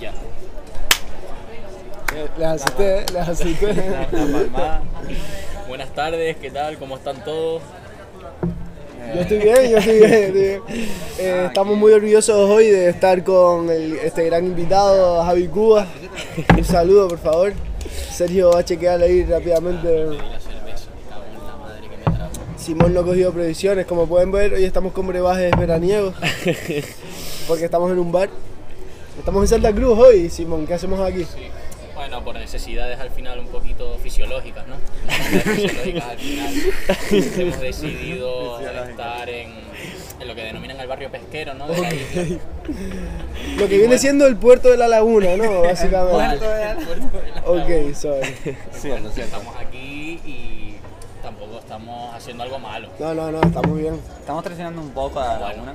ya. Les asusté, ¿eh? les asusté. La, la palmada. Buenas tardes, ¿qué tal? ¿Cómo están todos? Yo estoy bien, yo estoy bien. yo estoy bien. Eh, estamos muy orgullosos hoy de estar con el- este gran invitado, Javi Cuba. Un saludo, por favor. Sergio va a chequear ahí rápidamente. Simón no ha cogido previsiones. Como pueden ver, hoy estamos con brebajes veraniegos. Porque estamos en un bar. Estamos en Santa Cruz hoy, Simón. ¿Qué hacemos aquí? Bueno, por necesidades al final un poquito fisiológicas, ¿no? Necesidades fisiológicas al final. Hemos decidido estar en, en lo que denominan el barrio pesquero, ¿no? De la isla. Lo que viene siendo el puerto de la laguna, ¿no? puerto. Básicamente. El puerto de la Ok, Laguna. sorry. Cierto, cierto. Estamos aquí y tampoco estamos haciendo algo malo. No, no, no, está muy bien. Estamos traicionando un poco a la laguna,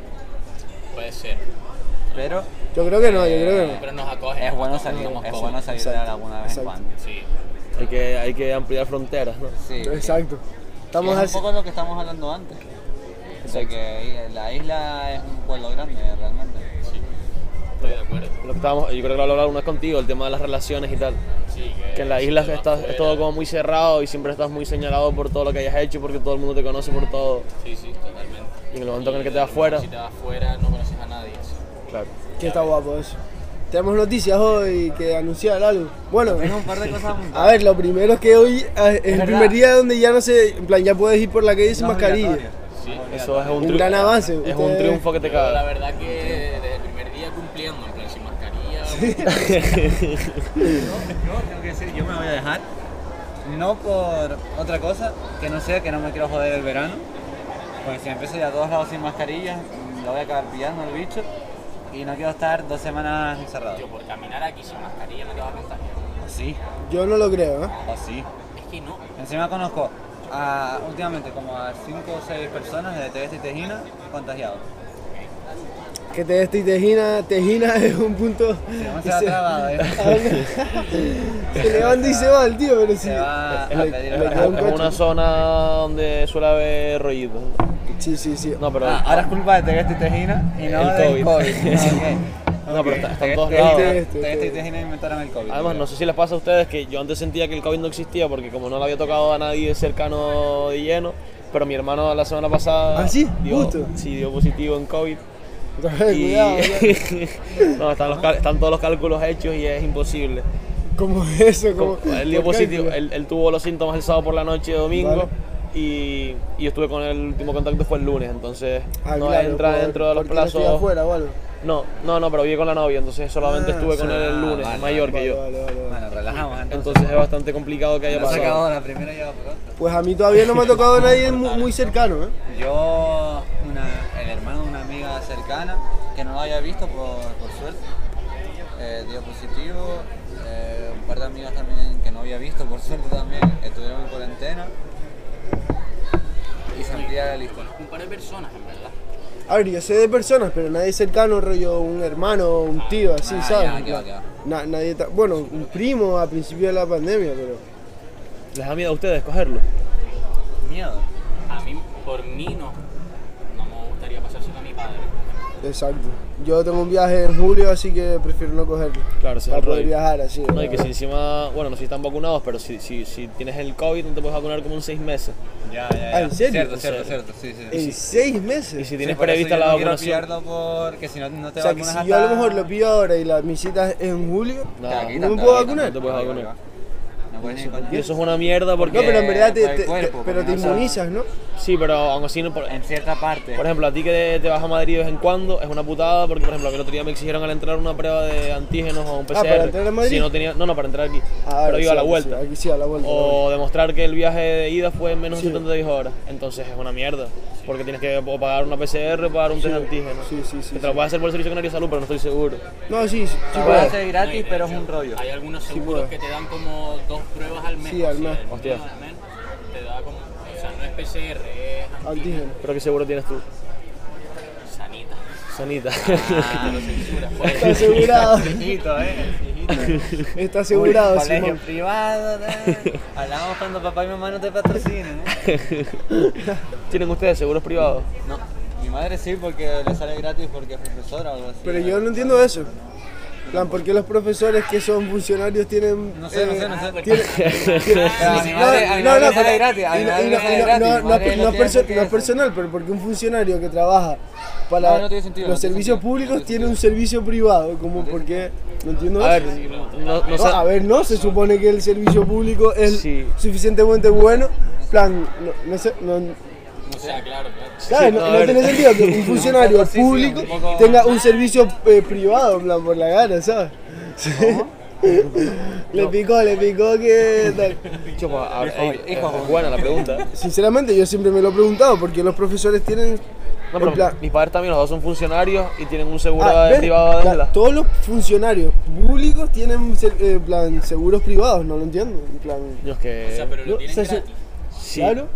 Puede ser. pero Yo creo que no, yo creo que no. Pero nos acoge. es bueno nos salir, nos es acoge. bueno salir de la laguna de vez en Exacto. cuando. Sí. Hay que, hay que ampliar fronteras, ¿no? Sí, Exacto. Estamos es un así. poco lo que estamos hablando antes. De que la isla es un pueblo grande realmente. Estoy de acuerdo. Lo que estábamos- yo creo que lo hablaba una vez contigo, el tema de las relaciones y tal. Sí, Que en la isla si te vas estás, fuera- es todo como muy cerrado y siempre estás muy señalado por todo lo que hayas hecho, porque todo el mundo te conoce por todo. Sí, sí, totalmente. Y en el momento en el que te vas fuera- Si te vas fuera, no conoces a nadie. sí. Claro. Que está guapo eso. Tenemos noticias hoy que anunciar algo. Bueno, Tenemos un par de cosas muy a ver, lo primero es que hoy ah, es, el verdad. primer día donde ya no sé, en plan, ya puedes ir por la calle sin no mascarilla. obligatorias. Sí. Eso es un, Un triunfo- gran avance, Es un ustedes- triunfo que te Yo, la caga. verdad que desde el primer día cumpliendo, en plan sin mascarilla. Yo tengo que decir, yo me voy a dejar. No por otra cosa, que no sea que no me quiero joder el verano. Porque si empiezo ya a todos lados sin mascarilla, lo voy a acabar pillando el bicho. Y no quiero estar dos semanas encerrado. Tío, por caminar aquí sin mascarilla no te vas a contagiar. Así, Yo no lo creo, ¿eh? así. Es que no. Encima conozco a, últimamente como a 5 o 6 personas de Tevez y Tejina contagiados. Que te este y tejina, tejina es un punto. Simón y se va se- Ah, trabado, ¿eh? se levanta y se va el tío, pero sí. Se va a Le- pedir le el Es, queda un verano. es una coche. zona donde suele haber rollitos. Sí, sí, sí. No, pero, Ah, ahora es culpa de Tevez y Tejina y no El del COVID. COVID. Ah, No, pero está- está en todos Tevez y lados. Tejina- Este, Tevez y este. Tejina inventaron el COVID. además, no sé si les pasa a ustedes que yo antes sentía que el COVID no existía porque como no le había tocado a nadie cercano de lleno, pero mi hermano la semana pasada ¿Ah, sí? dio, Justo. sí, dio positivo en COVID. Entonces, Y- cuidado, cuidado. no, están, los cal- están todos los cálculos hechos y es imposible. ¿Cómo es eso? ¿Cómo? Como- él dio ¿Por qué? positivo, él, él tuvo los síntomas el sábado por la noche, domingo, Vale. y, y yo estuve con él, el último contacto fue el lunes, entonces Ah, no claro, entra por- dentro de los porque no estoy plazos. afuera o algo. No, no, no, pero vive con la novia, entonces solamente Ah, estuve o con sea, él el lunes, vale, es mayor Vale, que yo. vale, vale, vale. Bueno, relajamos entonces. Entonces es bastante complicado que haya Nos ha pasado. sacado la primera llave por otra. Pues a mí todavía no me ha tocado nadie mu- muy cercano, ¿eh? Yo, una- el hermano de una amiga cercana, que no lo había visto por, por suerte, eh, dio positivo. Eh, un par de amigas también que no había visto por suerte también, estuvieron en cuarentena. Y se amplía la lista. Conozco un par de personas, en verdad. A ver, yo sé de personas, pero nadie cercano, rollo un hermano, un tío, así, Ah, ¿sabes? ya, que va, que va. Na- nadie ta- bueno, un primo a principio de la pandemia, pero ¿Les da miedo a ustedes cogerlo? Miedo. A mí, por mí no. No me gustaría pasárselo a mi padre. exacto. Yo tengo un viaje en julio, así que prefiero no cogerlo. Claro, ese es Para el poder rollo. viajar así. No, y que si encima, bueno, no sé si están vacunados, pero si, si, si tienes el COVID no te puedes vacunar como en seis meses. Ya, ya, Ah, ¿en serio? eh, Cierto, En cierto, serio. cierto. Sí, sí. En Sí, seis Y meses. si tienes por eso prevista yo la no quiero vacunación. pillarlo porque si no, no te o sea, que vacunas si hasta... yo a lo mejor lo pido ahora y la, mi cita es en julio, No, Te la quitan, ¿no me te la puedo quitan, vacunar? Ah, No te puedes vacunar. No puedes ni con- Y eso es una mierda porque. no, pero en verdad te, por el te- te- cuerpo, pero te porque no sabes. inmunizas, ¿no? Sí, pero aún así, no, por, En cierta parte. por ejemplo, a ti que te vas a Madrid de vez en cuando es una putada porque, por ejemplo, a mí el otro día me exigieron al entrar una prueba de antígenos o un PCR. ¿para entrar a Madrid? Si no, tenía, no, no, para entrar aquí. Ah, pero vale, iba a la sí, vuelta. sí, aquí sí, a la vuelta. O demostrar que el viaje de ida fue en menos de Sí. 76 horas. Entonces es una mierda. Porque tienes que o pagar una PCR o pagar un test de antígeno. sí, sí, sí, Que te lo puedes hacer por el Servicio Canario de Salud, pero no estoy seguro. No, sí, sí, Ah, sí Lo puedo. puedes hacer No, y gratis, de pero es hecho, un rollo. Hay algunos Sí, seguros puedo. que te dan como dos pruebas al mes. Sí, al o sea, mes. el mismo Hostia. al mes Te da como. O sea, no es PCR, es Antígeno. Pero qué seguro tienes tú. sanita. Sanita. Ah, lo censuras. Está Pues, asegurado. Frijito, eh. Frijito. Está asegurado, Uy, Colegio Simón. privado, tal. Hablábamos cuando papá y mamá no te patrocinan, ¿eh? ¿Tienen ustedes seguros privados? No. Mi madre sí, porque le sale gratis porque es profesora o algo así. Pero yo no entiendo eso. plan, ¿por qué los profesores que son funcionarios tienen... No sé, no sé, no sé. tienen- Pero a mi madre- a mi madre le sale pero- gratis, a mi y no- madre y le no- sale y no- gratis, no- mi madre no- no no tiene perso- por qué no eso. personal, pero porque un funcionario que trabaja para No, no tiene sentido, los no tiene servicios sentido, públicos no tiene tiene un servicio privado, como porque no entiendo A ver, eso. no, no No, sé. a ver, no, se supone que el servicio público es Sí. suficientemente bueno, plan, no, no sé, no, O sea, claro, claro. Claro, Sí, no, a no ver. tiene sentido que un funcionario sí, sí, público un poco- tenga un servicio eh, privado, en plan, por la gana, ¿sabes? Sí. le picó, le picó que tal. Chupo, pues, a ver, Hijo, ey, hijo. es buena la pregunta. Sinceramente, yo siempre me lo he preguntado, porque los profesores tienen... No, en pero plan- mis padres también, los dos son funcionarios y tienen un seguro Ah, de ¿ves? privado de Claro, deuda. Todos los funcionarios públicos tienen se- eh, en plan, seguros privados, no lo entiendo. en plan, Yo es que. O sea, pero lo Yo- tienen o sea, sí. gratis. sí. Claro,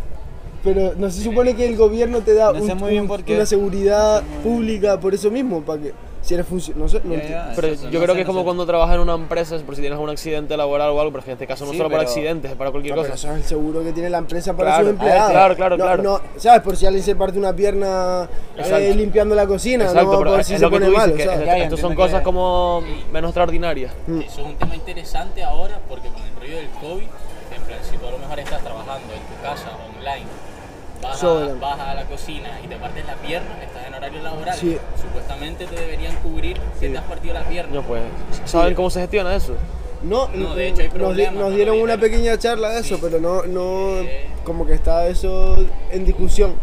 pero no se supone que el gobierno te da No sé un- muy bien un- por qué. una seguridad pública por eso mismo, para que si eres funcionario... No sé, no Ah, Ya, entiendo. ya, Pero eso, no yo creo sé, que es no como sé. cuando trabajas en una empresa, por si tienes algún accidente laboral o algo, pero en este caso no Sí, solo para pero- accidentes, es para cualquier No, Ah, pero cosa. eso es el seguro que tiene la empresa para Claro, sus empleados. ah, claro, claro, No, claro. No, ¿Sabes? Por si alguien se parte una pierna eh, Exacto. limpiando la cocina, Exacto, no pero por es, si es se lo que pone tú dices, malo, que ¿sabes? es- Ya, ya, estos son entiendo que- cosas como menos extraordinarias. Eso es un tema interesante ahora porque con el rollo del COVID, en plan, si tú a lo mejor estás trabajando en tu casa online, vas, a, Sobra. vas a la cocina y te partes la pierna, estás en horario laboral, Sí. supuestamente te deberían cubrir si te has partido la pierna. No, pues, ¿saben cómo se gestiona eso? No, No, de hecho hay nos di- problemas, nos, no lo dieron dicen. una pequeña charla de eso, Sí. pero no, no, Sí. como que está eso en discusión.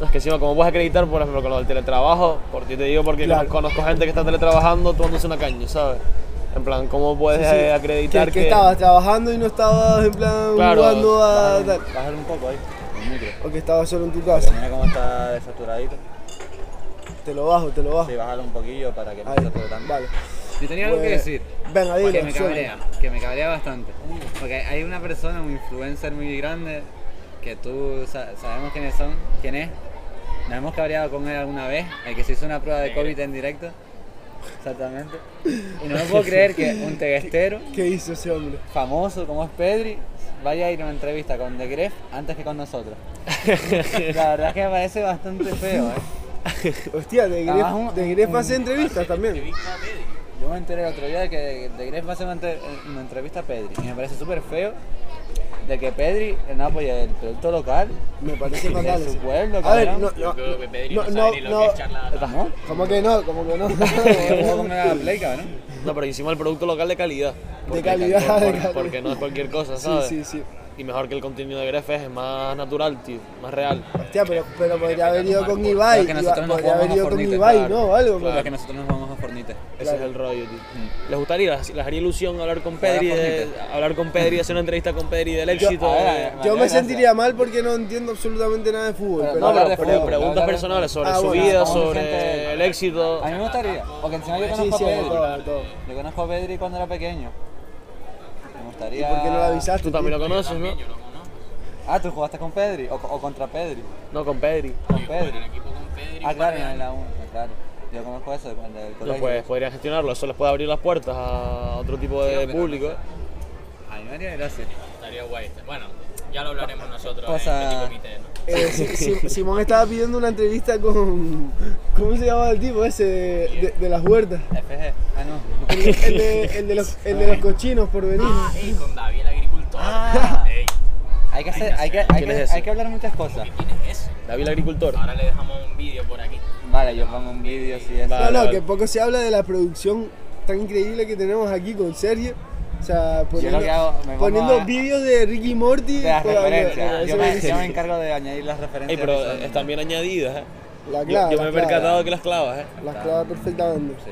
No, Es que encima, como puedes acreditar, por ejemplo, con lo del teletrabajo, porque yo te digo porque Claro. conozco gente que está teletrabajando tomándose una caña, ¿sabes? En plan, ¿cómo puedes Sí, eh, acreditar que, que, que estabas trabajando y no estabas en plan Claro, jugando a Bajar tal, un- bajar un poco ahí, el micro. o que estabas solo en tu Pero casa. mira cómo está desaturadito. Te lo bajo, te lo bajo. Sí, bájalo un poquillo para que no Ahí, se ature tanto. vale. Yo tenía algo que Pues, decir. Venga, Que dilo, me suelta. cabrea, que me cabrea bastante. Porque hay una persona, un influencer muy grande, que tú sa- sabemos quiénes son, quién es. Nos hemos cabreado con él alguna vez, el que se hizo una prueba de COVID en directo. Exactamente. Y no me puedo creer que un teguestero ¿Qué hizo ese hombre? Famoso como es Pedri, vaya a ir a una entrevista con The Gref antes que con nosotros. La verdad es que me parece bastante feo, ¿eh? Hostia, de Gref, Ah, un- de Gref hace entrevistas también. Yo me enteré el otro día de que De Gref va a hacer una, entre- una entrevista a Pedri. Y me parece súper feo de que Pedri no apoya el producto local. Me parece fatal. su ese. pueblo, A ver, cabrón. no, Yo no, creo que Pedri no, no, no, sabe ni lo no. que es charlatán. ¿No? como que no, como que no. Yo de puedo comer a la Play, cabrón. No, pero encima el producto local de calidad. Porque- calidad, de por- calidad. Porque no es cualquier cosa, Sí, ¿sabes? sí, sí. Y mejor que el contenido de Grefes es más natural, tío, más real. Hostia, pero, pero podría haber ido con Lo Ibai. que Iba- nosotros nos podría haber jugamos ido a con Fortnite, Ibai, claro. ¿no? O Algo. Lo porque- que nosotros nos vamos a Fornite. Ese es el rollo, tío. ¿Les gustaría? ¿Les haría ilusión hablar con Pedri, Juega de- hablar con Pedri, hacer una entrevista con Pedri del éxito? a ver, de- a ver. Yo me Gracias. sentiría mal porque no entiendo absolutamente nada de fútbol. Pero, No, pero de pre- fútbol, preguntas hablar de- personales sobre Ah, su bueno, vida, vamos a sobre gente- el éxito. A mí me gustaría, porque encima yo sí, conozco sí, a de Pedri. todo, de todo. Yo conozco a Pedri cuando era pequeño. Me ¿Y gustaría. por qué no lo avisaste? Tú también lo tío? conoces, ¿no? Ah, tú jugaste con Pedri o, o contra Pedri. No, con Pedri. Con Pedri. El equipo con Pedri. Ah, claro, en la 1, claro. Yo conozco eso de cuando el No, colegio. pues podrían gestionarlo, eso les puede abrir las puertas a otro tipo de público. ¿eh? A mí me haría gracia. Estaría guay. este. Bueno, ya lo hablaremos nosotros Cosa- en el comité. ¿no? Eh, Si- Si- Simón estaba pidiendo una entrevista con. ¿Cómo se llamaba el tipo ese de, de- de las huertas? FG. Ah, no. El, el de, el de los, el de los cochinos por venir. Ah, ey, con David el agricultor. Ah. Ey, Hay que, hacer, hay que, hay ¿Quién que- es ese? hay que hablar muchas cosas. ¿quién es ese? David el agricultor. Ah, Ahora le dejamos un vídeo por aquí. Vale, yo pongo un vídeo si es. Vale, No, no, vale. que poco se habla de la producción tan increíble que tenemos aquí con Sergio. O sea, poniendo, lo que hago, me pongo poniendo a- vídeos de Ricky y Morty. De las por la- referencias. eso Yo me, es- yo me encargo de añadir las Ey, referencias. pero visuales. eh, están bien añadidas, ¿eh? La Yo- clava, yo, me he la clava. percatado que las clavas, ¿eh. Las clavas perfectamente. Sí.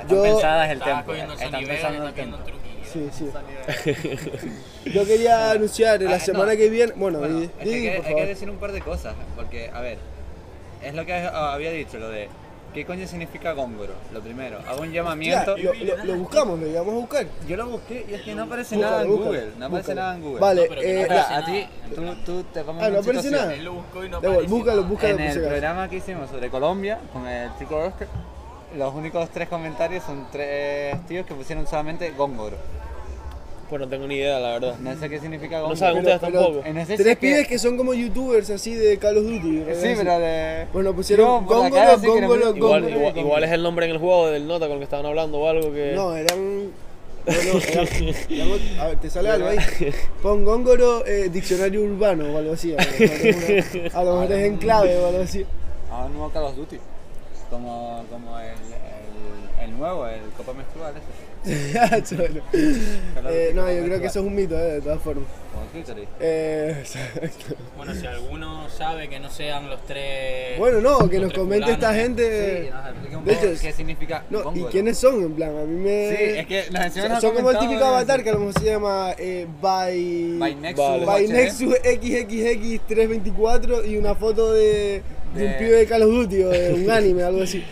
Están Yo- pensadas el Estaba tiempo. cogiendo el Están sonido, pensando está en el viendo tiempo. un truquillo. Sí, sí. Yo quería anunciar en la Ah, semana no. que viene. Bueno, Bueno, di- es que di, hay que- por hay que favor. decir un par de cosas, porque, a ver, es lo que ah, había dicho, lo de qué coño significa góngoro, lo primero. Hago un Ya, llamamiento. lo, lo- lo buscamos, lo íbamos a buscar. Yo lo busqué y es que no aparece Búscalo, nada en búscalo, Google. No aparece búscalo. nada en Google. Vale, pero que eh, no la- aparece a ti, tú, tú te vamos Ah, en no aparece situación. nada. Él lo buscó y no Da igual, apareció. búscalo, búscalo En por si el acaso. programa que hicimos sobre Colombia, con el chico Oscar, los únicos tres comentarios son tres tíos que pusieron solamente góngoro. Pues no tengo ni idea, la verdad. No sé qué significa No gombo. saben ustedes pero- tampoco. En ese sí Tres que- pibes que son como youtubers así de Call of Duty. ¿verdad? Sí, pero de... Bueno, pusieron No, por la Góngolo, cara sí que era Góngolo, muy- Igual, Góngolo. igual, igual es el nombre en el juego del nota con el que estaban hablando o algo que. No, eran. no, no, eran- eran- a ver, te sale algo ahí. Pon Góngoro eh, diccionario urbano o algo así. A lo mejor es una- a lo mejor es en clave o algo así. Ah, no, Call of Duty. Como, como el, el, el nuevo, el Copa Menstrual ese. Cholo. Eh, no, yo creo que eso es un mito, eh, de todas formas. Como Clitoris. Eh, exacto. Bueno, si alguno sabe que no sean los tres. Bueno, no, que los nos tres comente esta fulanos. gente. Sí, nos explica un de poco hecho, Ah, qué significa No, ¿y góngolo. quiénes son? En plan, a mí me. Sí, es que las encima son, nos son como el comentaban, típico ¿no? avatar que a lo mejor se llama eh, By. By Nexus. Vale. By HD. Nexus XXX324 y una foto de, de un De- pibe de Call of Duty o de un anime, algo así.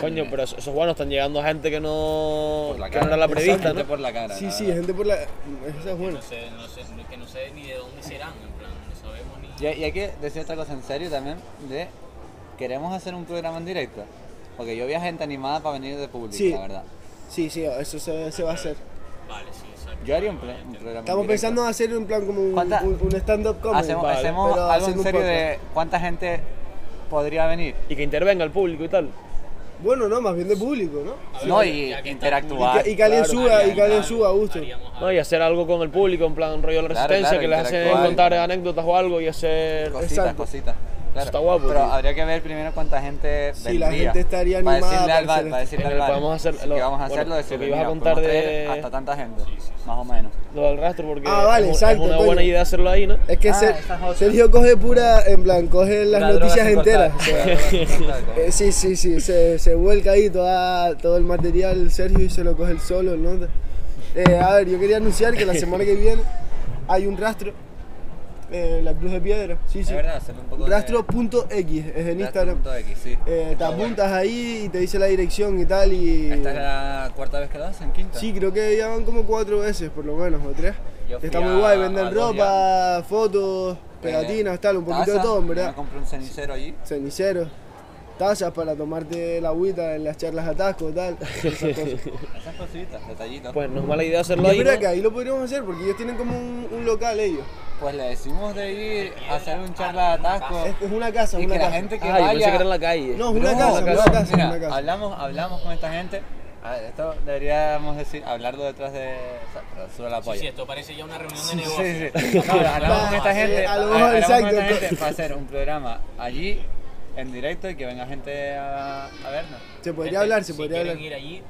Coño, pero esos esos guanos están llegando gente que no. Por la que no cara. era la prevista, Gente ¿no? por la cara. Sí, la sí, verdad. gente por la. Esa es buena. No sé, no sé, que no sé ni de dónde serán, en plan, no sabemos ni. Y, y hay que decir otra cosa en serio también, de queremos hacer un programa en directo. Porque yo vi a gente animada para venir de público, Sí. la verdad. Sí, sí, eso se, se va a hacer. Vale, sí, exacto. Yo haría un, pre- un programa en Estamos directo. pensando en hacer un plan como un, ¿Cuánta- un- un stand-up comedy. Hacemos, vale, hacemos pero algo en hacemos serio un de cuánta gente podría venir. Y que intervenga el público y tal. Bueno, no, más bien de público, ¿no? A ver, No, y ya que está interactuar. Y que- y que alguien Claro, suba, y que alguien Haríamos suba a gusto. algo. ¿no? Y hacer algo con el público, en plan rollo de la Claro, resistencia, claro, que les hacen interactuar. contar anécdotas o algo y hacer. Cositas, Exacto. cositas. Claro. está guapo, Pero tío. habría que ver primero cuánta gente Sí, vendría. la gente estaría para animada para Decirle al bar, hacer para esto. decirle al Pero bar. podemos hacerlo- que vamos a bueno, hacerlo, lo decirle, que ibas a mira, contar podemos de- traer hasta tanta gente, más o menos. Lo del rastro, porque Ah, vale, es, un- es exacto, una coño. buena idea hacerlo ahí, ¿no? Es que Ah, Ser- esa es otra. Sergio coge pura, en plan, coge las La droga noticias sin cortar, enteras. o la sea, droga sin cortar, como- eh, sí, sí, sí, se, se vuelca ahí toda, todo el material Sergio y se lo coge el solo, ¿no? Eh, a ver, yo quería anunciar que la semana que viene hay un rastro, eh, la Cruz de Piedra, sí, Es sí. verdad, hacerle un poco de- Rastro.x, es en Instagram. Rastro.x, sí. Eh, te apuntas ahí y te dice la dirección y tal y... Esta es la cuarta vez que lo hacen, quinta. Sí, creo que ya van como cuatro veces por lo menos, o tres. Yo fui Está muy a- guay, a venden dos ropa, fotos, pegatinas, tal, un poquito de Taza, todo, en Me verdad. compré un cenicero allí. Ceniceros, tazas para tomarte la agüita en las charlas atasco, tal. esas cosas. Esas cositas, detallitos. Pues, Pues no es mala idea hacerlo Y ahí. mira ¿no? que ahí lo podríamos hacer porque ellos tienen como un, un local ellos. Pues le decimos de ir a hacer un charla de atasco. Es, es una casa, es Y una que la casa. gente que Ah, yo vaya... pensé que era en la calle. No, es una No, casa, no, una casa, mira, una casa. Hablamos, hablamos con esta gente. A ver, esto deberíamos decir, hablarlo detrás de... Sobre Sí, la polla. sí, esto parece ya una reunión de negocios. Sí, sí. No, hablamos con esta Ah, sí, gente. a lo hablamos mejor, con exacto. esta gente para hacer un programa allí, en directo, y que venga gente a, a vernos. Se Gente, podría hablar, Este, se si podría quieren hablar. ir allí,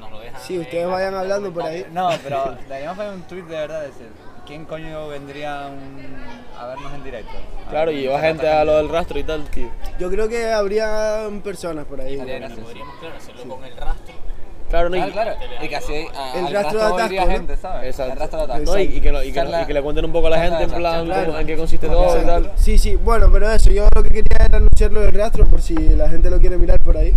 nos lo dejan. Sí, ahí, ustedes en la- vayan en la hablando por ahí. eh, No, pero deberíamos poner un tweet de verdad, decir, ¿quién coño vendría un- a vernos en directo? A Claro, ver, y lleva ¿cuánta gente a lo del rastro y tal, tío. Yo creo que habrían personas por ahí. Estaría ¿no? Bueno, podríamos, claro, hacerlo con el rastro. Claro, no, y, Claro, claro. Y que así a- El al rastro de vendría atasco, ¿no? gente, ¿sabes? Exacto. El rastro de atasco. no, y, y que, lo- y que- Charla- y que le cuenten un poco a la charla gente, en de plan, charla. cómo- en qué consiste todo y Exacto. tal. Sí, sí, bueno, pero eso, yo lo que quería era anunciarlo del rastro por si la gente lo quiere mirar por ahí.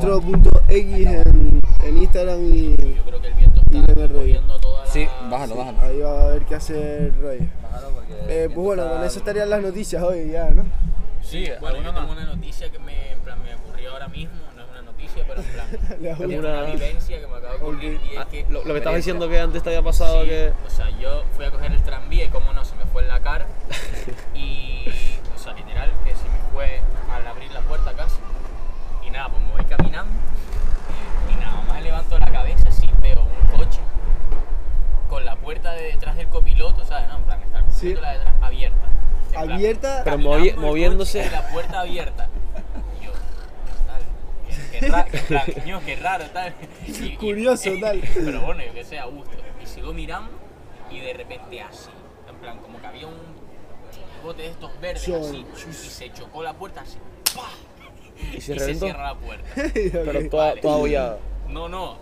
Rastro.x en, en Instagram y Yo creo que el viento Y le está doy rollo. cogiendo toda la... Sí, bájalo, bájalo. ahí va a haber qué hacer Roy. Bájalo porque Eh, mientras pues bueno, con está- eso estarían las noticias hoy ya, ¿no? Sí, bueno, yo ¿alguna tengo más? una noticia que me, en plan, me ocurrió ahora mismo, no es una noticia, pero en plan, Le hago es una- una vivencia que me acaba de ocurrir y es Ah, que... Lo, lo que estabas Experiencia. diciendo que antes te había pasado Sí, que. O sea, yo fui a coger el tranvía y como no, se me fue en la cara. Y, o sea, literal, que se me fue al abrir la puerta casi. Y nada, pues me voy caminando. Y nada más levanto la cabeza, así veo un coche con la puerta de detrás del copiloto, ¿sabes? No, en plan, está el copiloto Sí. la de detrás abierta. En plan, Abierta, Pero caminando movi- el coche moviéndose. y la puerta abierta. Y yo, tal. Qué, qué ra- qué ra- coño, qué raro, tal. Y- y- Curioso, tal. Pero bueno, yo que sé, a gusto. Y sigo mirando y de repente así, en plan, como que había un bote de estos verdes Yo- así, y se chocó la puerta así, ¡pah! Y se Y se reventó. cierra la puerta. Pero Ok. toda, Vale. toda abollada. No, no.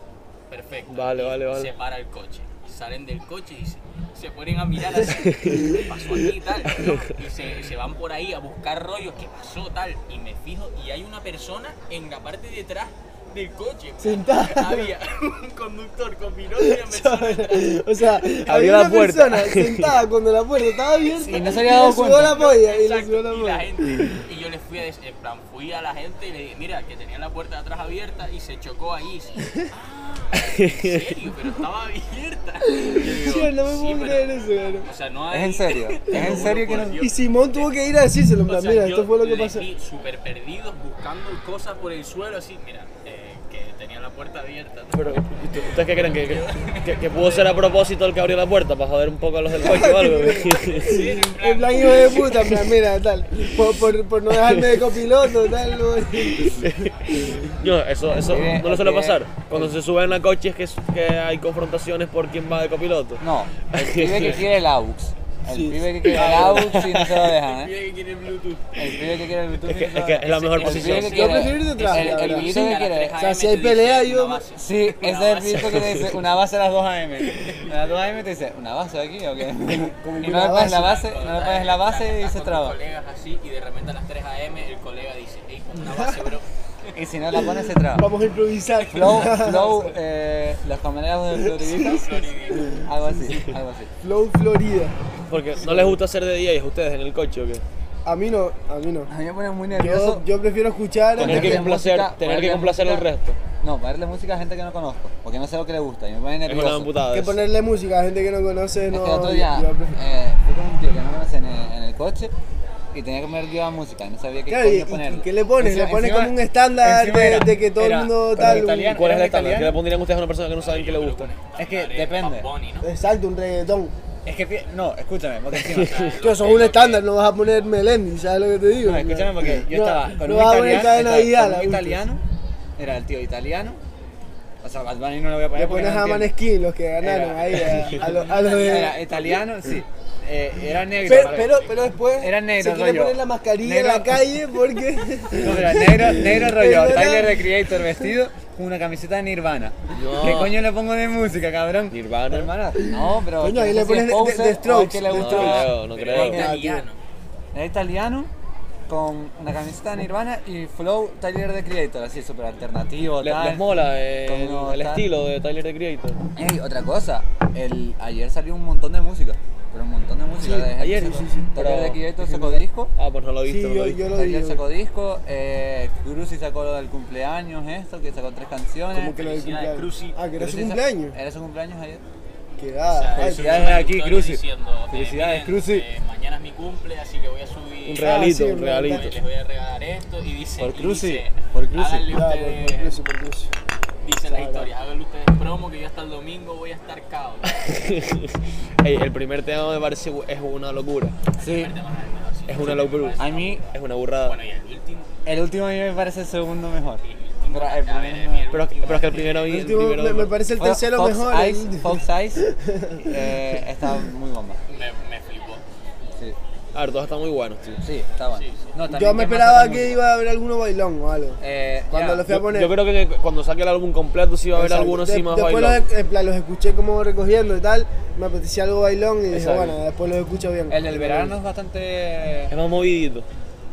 Perfecto. Vale, Y vale, vale. Se para el coche. Y salen del coche y se, se ponen a mirar así. ¿Qué pasó aquí y tal? ¿no? Y se, se van por ahí a buscar rollos. ¿Qué pasó tal? Y me fijo y hay una persona en la parte de atrás del coche. Sentada. Había un conductor con binomio y una persona detrás. o sea, Abrió había la una puerta. persona sentada cuando la puerta estaba abierta Y no se había dado le subió cuenta. la polla, y le Exacto, subió la y la polla. gente. Y yo le fui a des- en plan, fui a la gente y le dije, mira, que tenía la puerta de atrás abierta y se chocó ahí. Y se- ah, ¿En serio? Pero estaba abierta. Y yo digo, Tío, no me "Sí, puedo pero- creer eso, claro. O sea, no hay... Es en serio, es en serio que no. Y Simón tuvo que ir a decírselo, en O plan, sea, mira, yo esto fue lo que les pasó. vi Súper perdidos, buscando cosas por el suelo, así. Mira, eh, que tenía la puerta abierta. ¿no? Pero, ¿y tú- ¿ustedes qué creen? ¿Que, que, que- que pudo ser a propósito el que abrió la puerta para joder un poco a los del coche o algo? Sí, en plan, En plan, hijo de puta, en plan, mira, tal. Por, por, por no dejarme de copiloto, tal. no. No, eso, eso Tiene- no le suele tiene- pasar. Cuando se suben a coches que, es- que hay confrontaciones por quién va de copiloto. No, el pibe que quiere el AUX. El pibe que quiere el AUX y no se lo dejan, ¿eh? mira que tiene Bluetooth. El pibe que quiere el Bluetooth. Es y que, no se es lo que dejan. es la mejor El pibe posición. que Yo quiere- eh, prefiero ir detrás, El, la el verdad. pibito Sí, que a las quiere. 3 O sea, AM si hay te dice pelea, una yo- base. Sí, ese es Una el pibito que te dice una base a las 2 AM. A las 2 AM te dice, ¿una base aquí o qué? como Y que no le una pones la base. base, Este, no le pones la base y Estás se con tus traba. colegas así y de repente a las 3 a.m. el colega dice, hey, pon una base, bro. Y si no la pones, se traba. Vamos a improvisar. Flow, flow, eh, los camaradas de Floribita, Floribita. algo así, algo así. Flow Florida. Porque no les gusta ser de DJs a ustedes en el coche o qué. A mí no, a mí no. A mí me pone muy Yo, nervioso. yo prefiero escuchar. Tener que Ponerle complacer, música- tener que ponerle complacer al música- resto. No, ponerle música a gente que no conozco, porque no sé lo que le gusta y me pone Es una nervioso. amputada. que ponerle música a gente que no conoce. Es No, que el otro día yo prefiero- eh, fui con un tío que no conoce en el, en el coche y tenía que poner yo la música y no sabía qué Claro, y, coño y- ponerle. y ¿qué le pones? Encima- le pones encima- como un estándar encima de, era- de que todo el era- mundo pero tal. italiano. ¿Y ¿Cuál es el ¿Era estándar? ¿Qué italiano? le pondrían ustedes a una persona que no saben que le Yo creo gusta? un Es que estándar de depende. Bad Bunny, ¿no? un- Exacto, un reggaetón. Es que, fí- no, escúchame, porque encima. Tío, eso es un estándar, no vas a poner Melendi, ¿sabes lo que te digo? No, escúchame porque yo No, estaba con no un vas a poner italiano. cadena estaba Vidal, con un Augusto. italiano. Era el tío italiano. O sea, Bad Bunny no lo voy a poner. Le porque pones no a entiendo. Maneskin, los que ganaron Era- ahí, a, a los, a los de- Era italiano, sí. Eh, era negro. Pero, vale. pero, pero después Era negro, se quiere rollo. poner la mascarilla en Negro. la calle porque... No, pero negro, negro rollo. Pero era- Tyler the Creator vestido con una camiseta de Nirvana. No. ¿Qué coño le pongo de música, cabrón? Nirvana. Hermana. No, pero. Coño, ahí No le sé si pones es de- poser de o es Strokes. que le No gusta. creo, no Pero es creo. italiano. Era italiano con una camiseta de Nirvana y Flow Tyler the Creator, así súper alternativo. Le- tal. ¿Les mola eh, el, Como el tal. estilo de Tyler, the Creator? Ey, otra cosa, el, ayer salió un montón de música, pero un montón de música. de gente ayer, sacó- sí, sí, Tyler pero- the Creator sacó disco. Ah, pues no lo he visto, Sí, no lo yo, he visto. yo lo Tyler digo. sacó disco, eh, Cruci sacó lo del cumpleaños, esto, que sacó tres canciones. Como que lo del Felicidades, Cruci. cumpleaños. Ah, que era su Cruci sa- cumpleaños. Era su cumpleaños ayer. Que O sea, da. ay, eso ya es un aquí, historia Cruci. diciendo, eh, Felicidades, miren, Cruci. eh, mañana es mi cumple, así que voy a subir. Un realito, ah, sí, un un realito. Les voy a regalar esto y dice. Por y Cruci, dice, por Cruci. háganle ya, por- ustedes- por Cruci, por Cruci. Dicen las historias, háganle ustedes promo que yo hasta el domingo voy a estar cao. Ey, el primer tema me parece u- es una locura. Sí, Es una locura. a mí Es una burrada. Bueno, y el último. el último a mí me parece el segundo mejor. y el último, Pero eh, a el ver, a primero- mí el Pero, último pero es que el es- primero, El el último, primero me, me parece el Bueno, tercero Fox mejor. Eyes, el- Fox Eyes eh, está muy bomba. Me, me flipó. Sí, A ver, todos están muy buenos, tío. sí, está bueno. Sí, sí. No, también Yo me que esperaba más- que iba a haber alguno bailón o algo. Eh, Cuando ya, lo fui a Yo, poner. yo creo que cuando saque el álbum completo sí va a haber Exacto. algunos De- sí más Después bailón. Los, en plan, los escuché como recogiendo y tal. Me apetecía algo bailón y dije, Exacto. bueno, después los escucho bien. El del verano es bastante. Es más movidito.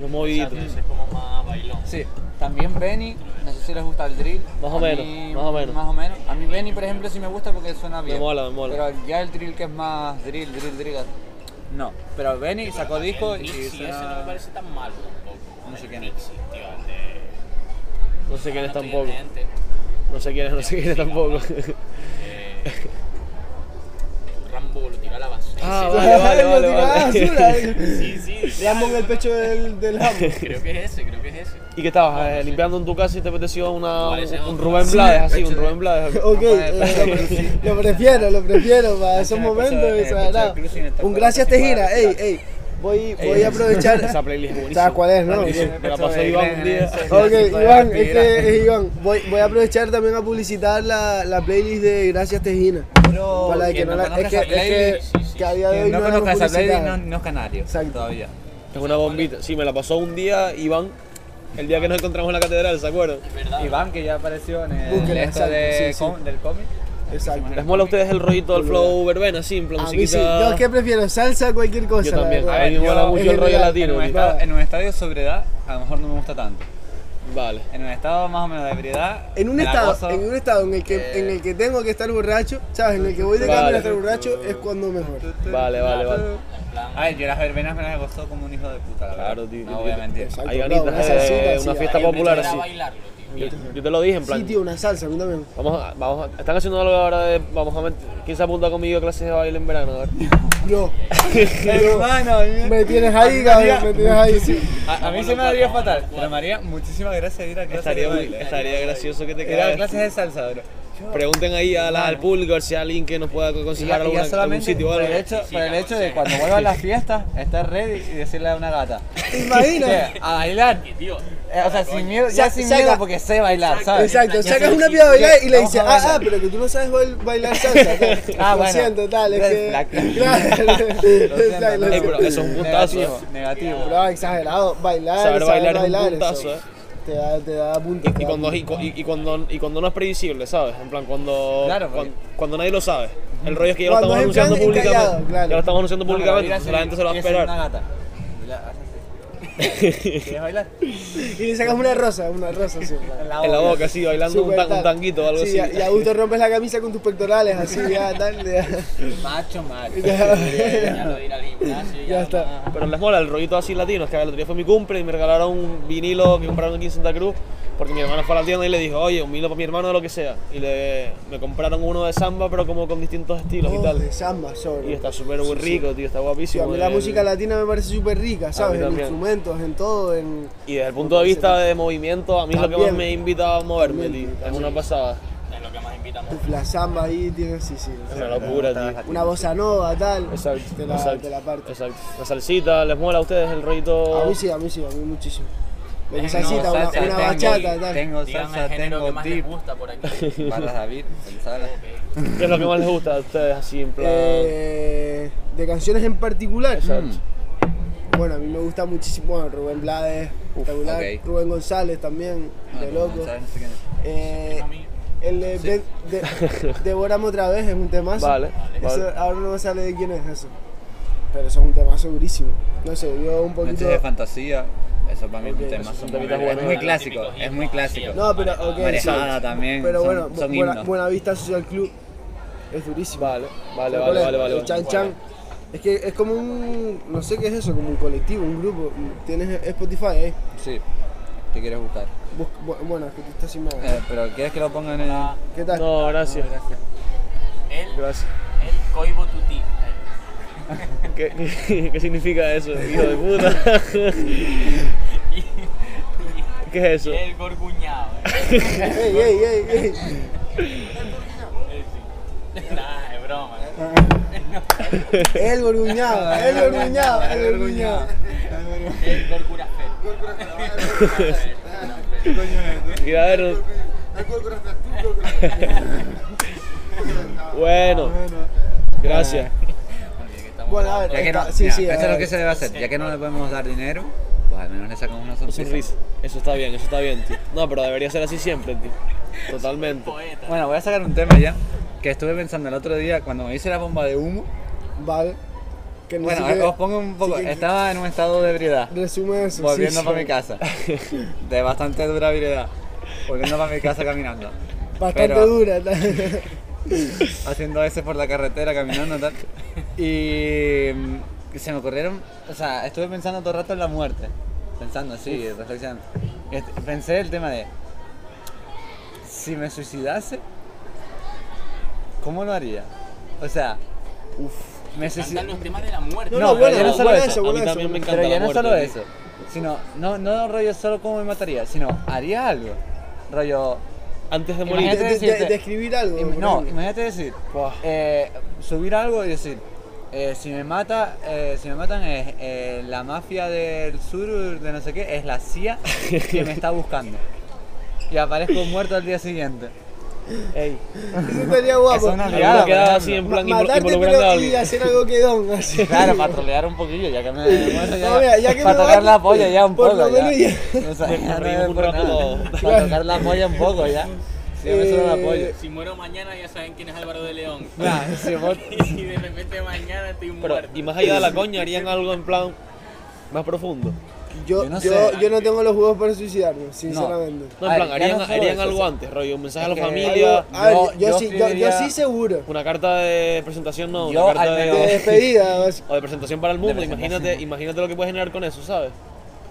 Es movidito. Exacto, ese es como más bailón. Sí, también Benny, no sé si les gusta el drill. Más o A menos, mí, más o menos. Más o menos. A mí Benny, por ejemplo, sí me gusta porque suena bien. mola, me mola. Pero ya el drill que es más drill, drill, drill. No, pero Benny sacó disco El y Nixie, ese no me suena... parece tan malo tampoco. No sé El quién es. Nixie, tío, el de- No sé quién es No estoy tampoco. gente. No sé quién es, no sé quién es tampoco. Eh, Rambo lo tiró a la basura. Ah, Sí, vale, vale, Lo tiraba a vale, la vale. basura, Sí, sí. Le damos en el pecho del, del amo. Creo que es ese, creo que es ese. ¿Y qué estabas? eh, limpiando en tu casa y te apeteció una, Igual ese un, un otro. Rubén Sí, Blades, así, pecho un de- Rubén Blades. Ok, Vamos a ver, eh, pero sí. lo prefiero, lo prefiero para esos me puso momentos eh, en el pecho desagradables. del cruising, está Un fuera, gracias casi te cuadra, gira, casi ey, cuadra. ey. Voy, Ey, voy a aprovechar. Esa playlist es buenísima. ¿Sabes cuál es, no? Buenísima. Me la Pecho pasé de Iván Glenn un en día. ese- Ok, Gracias, Iván, Iván, es que es Iván. Voy, voy a aprovechar también a publicitar la, la playlist de Gracias Tejina. Pero Para la que quien no Oh, no la, conozca es que, esa es que, playlist, que a día de hoy Quien no no, conozca hemos esa playlist publicitado. no, no es canario Exacto. todavía. Es una bombita. Sí, me la pasó un día Iván, el día que nos encontramos en la catedral, ¿se acuerdan? Es verdad. Iván, que ya apareció en el Búsquela, esto de, exacto, sí, com- del cómic. Exacto. ¿Les mola a ustedes el rollito del flow verbena, simple, A mí sí. musiquita? Yo es que prefiero salsa a cualquier cosa. Yo la también. verdad. A mí me mola yo- mucho en el rollo general, latino. En un, tío. estado, en un estadio de sobriedad, a lo mejor no me gusta tanto. Vale. En un estado más o menos de ebriedad. En un me la estado, gozo. en un estado en el que en el que tengo que estar borracho, sabes, en el que voy de camino Vale. a estar borracho es cuando mejor. Vale, vale, vale. En plan, Ay, yo las verbenas me las gozó como un hijo de puta, la verdad. Claro, tío. No voy a mentir. Exacto, Hay claro, ganitas una salsita de así, una ahí fiesta yo empecé popular a así. bailarlo, tío. Yo, yo te lo dije, en plan. Sí, tío, una salsa, a mí también. Vamos a, vamos a- están haciendo algo ahora de. Vamos a met- ¿Quién se apunta conmigo a clases de baile en verano? A ver. Yo. Hermano, Me tienes ahí, cabrón, me tienes ahí. Sí. a, a mí se me daría fatal. Pero María, muchísimas gracias de ir a clases de Estaría, muy- baile. estaría gracioso que te Ir a quedaras. clases de salsa, bro. Pregunten ahí a la- al público a ver si hay alguien que nos pueda Y conseguir ya, y alguna- ya algún solamente sitio o por el algo. hecho, por el hecho de cuando vuelvan las fiestas, estar ready y decirle a una gata. Imagina. "Eh, A bailar. Y, tío, Eh, O sea, sin miedo, ya Sa- sin saca- miedo porque sé bailar, ¿sabes? Exacto, Ya sacas sé- una piba a bailar y le Vamos dices, a ah, ah, bailar. pero que tú no sabes bail- bailar salsa. tal. Ah, lo bueno. siento, tal, es Red que. flag. Claro. Lo siento, Exacto, ¿no? lo Ey, pero siento. eso es un puntazo, Negativo, eh. negativo. Bro, exagerado. Bailar, Saber bailar es un bailar, puntazo, eso. eh. Te da, te da puntos. te Y da cuando, puntos. y, cu- y- y cuando, y cuando no es previsible, ¿sabes? En plan, cuando, Claro, cuan- porque- cuando, nadie lo sabe. El rollo es que ya lo Cuando estamos es en plan anunciando encallado, públicamente. claro. Ya lo estamos anunciando No, pero públicamente, ir a entonces la hacer- gente se lo va a ir hacer Una esperar. gata. Y la- haces así. ¿Quieres bailar? Y le sacas una rosa, una rosa, sí. En la boca, así, bailando un, Súper tan- tal. un tanguito o algo pues, sí, así. Y a gusto rompes la camisa con tus pectorales, así, ya, tal. Ya, Macho, macho. ya. ya lo de ir al gimnasio, ya, Ya lo está. más- Pero les mola el rollito así latino, es que el otro día fue mi cumple y me regalaron un vinilo que compraron aquí en Santa Cruz, porque mi hermano fue a la tienda y le dijo, oye, un vinilo para mi hermano de lo que sea. Y le, me compraron uno de samba, pero como con distintos estilos y Oh, tal. de samba, sobre. Y está súper muy rico, tío, está Sí, a guapísimo. mí la El- música latina me parece súper rica, ¿sabes? En también. instrumentos, en todo, en... Y desde el punto de vista de movimiento, a mí es lo que más También. me invita a moverme, tío. También, Es una pasada. Es lo que más invitamos. Uf, la samba ahí tiene, sí, sí. Es una locura, tío. Una bossa nova, tal. Exacto, Te la, exacto, te la parte. exacto. La salsita, ¿les mola a ustedes el rollito? A mí sí, a mí sí, a mí muchísimo. Me Es gusta salsita, una, salsa, una tengo- bachata, tal. Tengo Díganme el salsa, género que tengo más les deep. gusta por aquí. Para David, pensala. ¿Qué es lo que más les gusta a ustedes así en plan? Eh, mm. de canciones en particular. Exacto. Bueno, a mí me gusta muchísimo, bueno, Rubén Blades, espectacular. ok. Rubén González también, de loco. ¿Sabes? No sé quién es. Eh, el de, de- de- Devórame otra vez es un temazo. Vale, Eso, vale. Ahora no me sale de quién es eso. Pero eso es un temazo durísimo. No sé, yo un poquito. Noches de fantasía. Eso para mí es Ok, un tema. son son muy- temitas Es buenas. muy Los clásico, típicos es muy himnos, clásico. sí. No, pero ok. Marejada sí. también, Pero son- bueno, son Buena, himnos. Buena Vista Social Club es durísimo. Vale, ¿Sabes vale, vale, cuál vale, es? vale. El Chan Chan. Es que es como un. No sé qué es eso, como un colectivo, un grupo. Tienes Spotify ¿eh? ahí. Sí, te quieres buscar. Busca- bu- bueno, es que tú estás sin nada. Eh, pero ¿quieres que lo pongan en Ah. el.? ¿Qué tal? No, gracias. El, Gracias. el coibo tutí. ¿Qué, qué, qué significa eso, hijo de puta? Y- y- ¿Qué es y eso? el gorguñado. ¡Ey, ey, ey, ey! Nah, es broma. El gorguñado, el gorguñado, el gorguñado. El gorgurafé. Mira, a ver. Bueno, gracias. Bueno, a ver, Ya que no, esta- sí, mira, sí. esto a es lo ver. que se debe hacer. Ya que no le podemos dar dinero, pues al menos le sacamos una Un sonrisa. Sonrisa. Eso está bien, eso está bien, tío. No, pero debería ser así siempre, tío. Totalmente. Poeta. Bueno, voy a sacar un tema ya. Que estuve pensando el otro día cuando me hice la bomba de humo. Vale. Que no Bueno, sé qué- os pongo un poco. sí que- Estaba en un estado de ebriedad. Resume eso. sí, Volviendo sí. para mi casa. De bastante dura habilidad. Volviendo para mi casa caminando. Bastante Pero- dura. tal. Haciendo veces por la carretera, caminando tal. Y mm, se me ocurrieron. O sea, estuve pensando todo el rato en la muerte. Pensando así, reflexionando. Y est- Pensé el tema de. Si me suicidase, ¿cómo lo haría? O sea, me Me encantan suicidase. los temas de la muerte. No, No, no, bueno, pero ya no bueno, solo eso, eso, a mí bueno, eso. también me encanta. Pero ya la no muerte, solo tío. eso, sino, no, no rollo solo cómo me mataría, sino haría algo. Rollo. Antes de De- morir. Imagínate de- de- decirte- Describir algo. im- por no, ejemplo. imagínate decir, Buah. eh, subir algo y decir, eh, si me mata, eh, si me matan es eh, la mafia del sur de no sé qué, es la CIA que me está buscando. Y aparezco muerto al día siguiente. Ey. Eso estaría guapo. Eso es una Alguno liada, por ejemplo. queda así en Ma- plan Matarte involucrando a pero y alguien. hacer algo que don. así. Claro, para trolear un poquillo, ya que me muero ya, No, mira, ya que para me tocar mato, la polla ya un por poco lo ya. menos ya. O sea, Me ya no reí me un por rato. nada. Para tocar la polla un poco ya. Sí, Eh, me suena la polla. Si muero mañana ya saben quién es Álvaro de León. Nah, si vos- y de repente mañana estoy Pero, muerto. y más allá de la coña, harían algo en plan más profundo. Yo, yo, Yo no no sé. yo no tengo los juegos para suicidarme, sinceramente. No, A en ver, plan, ya harían, no solo harían eso, algo sí. antes, rollo, un mensaje a la que- familia, Algo- a ver, Yo- yo, yo sí, yo- yo, escribiría- sí seguro. una carta de presentación, no, Yo, una carta al de, De menos- despedida. vas- o de presentación para el mundo, presentación. imagínate, imagínate lo que puedes generar con eso, ¿sabes?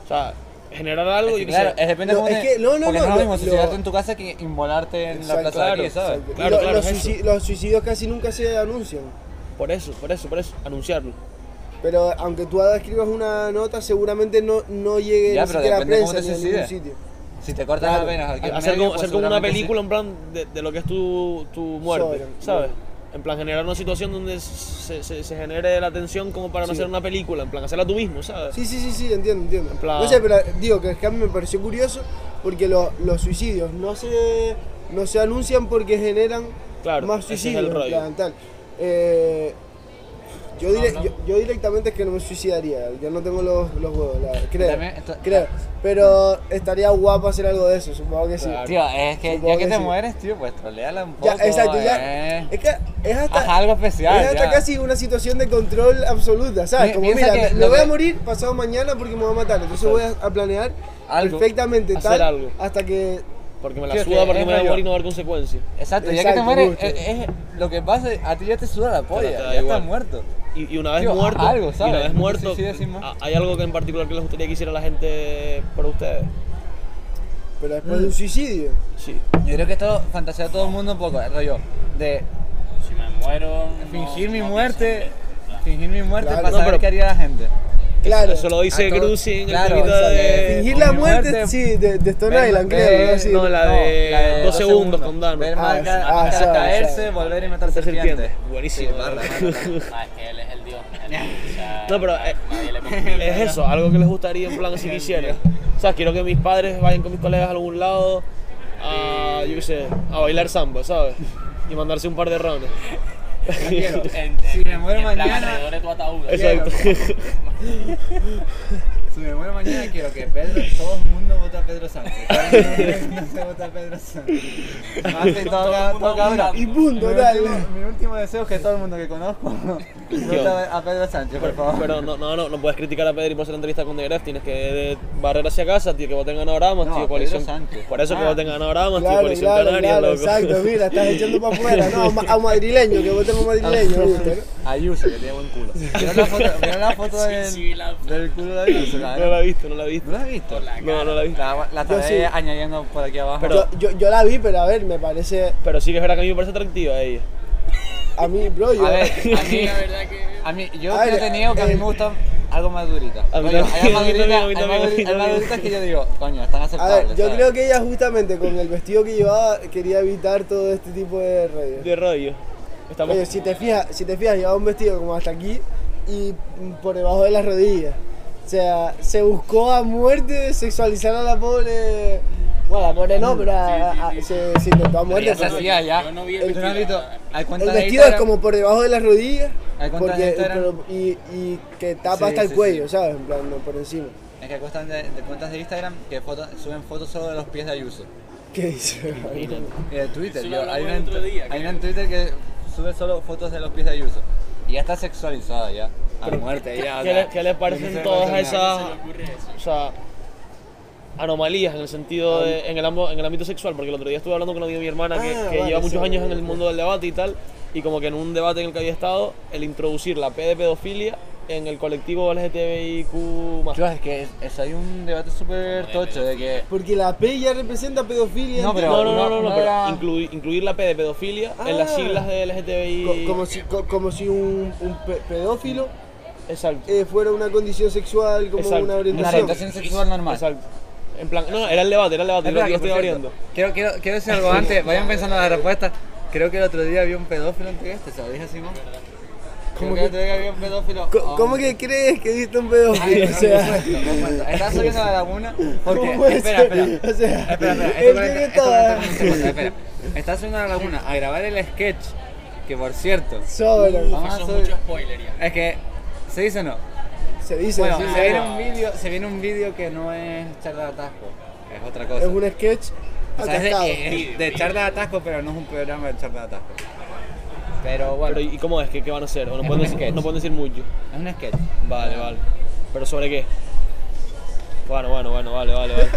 O sea, generar algo, yo qué Claro, sé. es depende No, cómo es te- que- no, no, porque no, es lo lo- mismo suicidarte lo- en tu casa que inmolarte en la Exacto, plaza de aquí, claro, ¿sabes? exacto. Claro, Lo- claro, los, eso. suici- los suicidios casi nunca se anuncian. Por eso, por eso, por eso, anunciarlo. Pero aunque tú escribas una nota, seguramente no, no llegue Ya, ni pero siquiera a depende cómo prensa ni te a ningún suicides. sitio. Si te cortas Claro. las venas aquí en hacer medio, como, pues hacer como una seguramente sí. película en plan de, de lo que es tu, tu muerte, Sobre- ¿sabes? En plan generar una situación donde se, se- se genere la tensión como para no Sí. hacer una película, en plan hacerla tú mismo, ¿sabes? Sí, sí, sí, sí, entiendo, entiendo. En plan- No sé, pero digo que es que a mí me pareció curioso porque lo- los suicidios no se, no se anuncian porque generan Claro, más ese es suicidios. el rollo. plan, tal. Eh, yo, dire- yo, yo directamente es que no me suicidaría, yo no tengo los, los huevos, la- creo, También esto- creo. Pero estaría guapo hacer algo de eso, supongo que sí. Claro. Tío, es que Supongo ya que que te sí. mueres, tío, pues troleala un Ya, poco. exacto, ya. eh. Es que es hasta, Haz algo especial, es hasta ya. casi una situación de control absoluta, ¿sabes? Pi- Como piensa mira, me- que me lo voy a que- morir pasado mañana porque me voy a matar, entonces voy a, a planear Algo. perfectamente Hacer tal algo. hasta que Porque me Tío, la es suda, que porque es me da rollo. igual y no va a haber consecuencias. Exacto, ya que Exacto, te mueres, justo. es, es- lo que pasa, a ti ya te suda la polla, te da ya igual. estás muerto. Y, y una vez Tío, haz muerto, algo, y ¿sabes? una vez No muerto, sé si decir más. ¿ha- ¿hay algo que en particular que les gustaría que hiciera la gente por ustedes? pero después Mm. de un suicidio. Sí. Yo creo que esto fantasea a todo el mundo un poco, el rollo de Si me muero. fingir no- mi no muerte, pienso en mí. fingir mi muerte Claro. para No, saber pero- qué haría la gente. Claro. Eso lo dice Ah, todo- Grusi en claro, el temita o sea, de... que Fingir la mi muerte, muerte, eh, sí, de, de Stone ver- Island, creo, ver- algo así. no, la de dos dos segundos con Dano. Ver Ah, marca, ah, marca sabe, caerse, sabe. volver y matar Matar serpientes. serpiente. Buenísimo. Sí, barra, barra. Ah, es que él es el dios. el- o sea, No, pero, eh, nadie le compite. Es eso, algo que les gustaría en plan si quisiera. O sea, quiero que mis padres vayan con mis colegas a algún lado a, yo qué sé, a bailar samba, ¿sabes? Y mandarse un par de rounds. Quiero. En- en- Si me muero en plan, mañana- alrededor de tu ataúd. Exacto. Si me muero mañana quiero que Pedro, todo el mundo vota a Pedro Sánchez. Todo el mundo no se vota a Pedro Sánchez. Más que Todo el Ah, toca, mundo toca ahora. votando. Y Mi punto, tal. último, mi último deseo es que todo el mundo que conozco vote a Pedro Sánchez, por favor. Pero no, no, no, no puedes criticar a Pedri por hacer entrevista con De Gref, tienes que barrer hacia casa, tío, que voten ganoramas, No, tío, Pedro coalición. Sánchez. Por eso que Ah. voten ganoramas, tío, Claro, coalición claro, canaria, claro, loco. exacto, mira, estás echando para afuera, no, a ma- a un madrileño, que votemos madrileño, me gusta, ¿no? Ayuso, que tiene buen culo. Mira la foto, mira la foto Sí, del, sí, la- del culo de Ayuso. la- No la he visto, no la he visto. ¿No la has visto? La, No, no la he visto. la estaré sí. añadiendo por aquí abajo. Pero- yo, yo, yo la vi, pero a ver, me parece, Pero sí que es verdad que a mí me parece atractiva ella. a mí, bro, yo... a ver, a mí, La verdad que. a mí yo A ver, creo que niego que a mí eh, me gustan algo más duritas. a mí Rollo, también, Hay a más mí también, duritas- a mí hay también, a más mí duri- hay más también. duritas que yo digo, coño, están A aceptables. ver, yo ¿sabes? creo que ella justamente con el vestido que llevaba quería evitar todo este tipo de redes. De rollo. Estamos... Oye, si te fijas, si te fijas, llevaba un vestido como hasta aquí y mm, por debajo de las rodillas. O sea, se buscó a muerte sexualizar a la pobre. Bueno, a la pobre no, pero a- a- Sí, sí, sí. se, se intentó a muerte. Ya se hacía ya. Yo no vi El el Tú no has visto, video. hay El cuentas de vestido es Instagram- como por debajo de las rodillas Hay cuentas de porque, Instagram. pero- y, y que tapa Sí, hasta el sí, cuello, sí. ¿sabes? En plan, no, por encima. Es que cuentas de, de cuentas de Instagram que foto- suben fotos solo de los pies de Ayuso. ¿Qué dice? Y de Twitter, Eso yo- lo hablamos hay, una el en, otro día, hay creo. una en Twitter que sube solo fotos de los pies de Ayuso. Y ya está sexualizada ya. A muerte ya. o ¿Qué sea, le, qué le no parecen se todas puede hacer nada. esas ¿Qué ocurre eso? o sea, anomalías en el sentido Ah. de, en el, ambo- en el ámbito sexual, porque el otro día estuve hablando con una amiga de mi hermana que, Ah, que vale, lleva muchos sí, años en sí. el mundo del debate y tal, y como que en un debate en el que había estado, el introducir la P de pedofilia en el colectivo LGTBIQ Yo, es que es- es- hay un debate súper tocho de que. Porque la P ya representa pedofilia. No, pero- No, no, no, no, no, no pero era- incluir, incluir la P de pedofilia en las Ah. siglas de LGTBI. Co- como si, co- como si un, un pe- pedófilo Exacto, eh, fuera una condición sexual, como Exacto. una Una orientación. orientación sexual normal. exacto. En plan, no, era el debate, era el debate, Es yo lo verdad que que, lo por estoy cierto, abriendo. Quiero, quiero, quiero decir algo antes, vayan pensando en la respuesta. Creo que el otro día había un pedófilo en Twitter, ¿se lo dije a Simón? Creo ¿Cómo que el otro día había un pedófilo. Co- Ah, ¿Cómo que crees que viste un pedófilo? Ay, O no, sea, no, no, no, no. Estás subiendo a la laguna porque. ¿Cómo puede Espera, espera. ser? O sea, espera, espera. él esto conecta- tiene esto toda- conecta con un segundo, espera. Estás subiendo a la laguna a grabar el sketch, que por cierto. solo. Vamos a Eso es subir- mucho spoiler ya. Es que. ¿Se dice o no? Se dice Bueno, sí, se viene sí. un vídeo, se viene un vídeo que no es charla de atasco, es otra cosa. Es un sketch O sea, es de- atascado. es de, charla de atasco, pero no es un programa de charla de atasco. Pero bueno, Pero, ¿y cómo es? ¿Qué, qué van a hacer? ¿O no, Es pueden un decir, sketch. no pueden decir mucho. es un sketch. Vale, vale. ¿Pero sobre qué? Bueno, bueno, bueno, vale, vale, vale.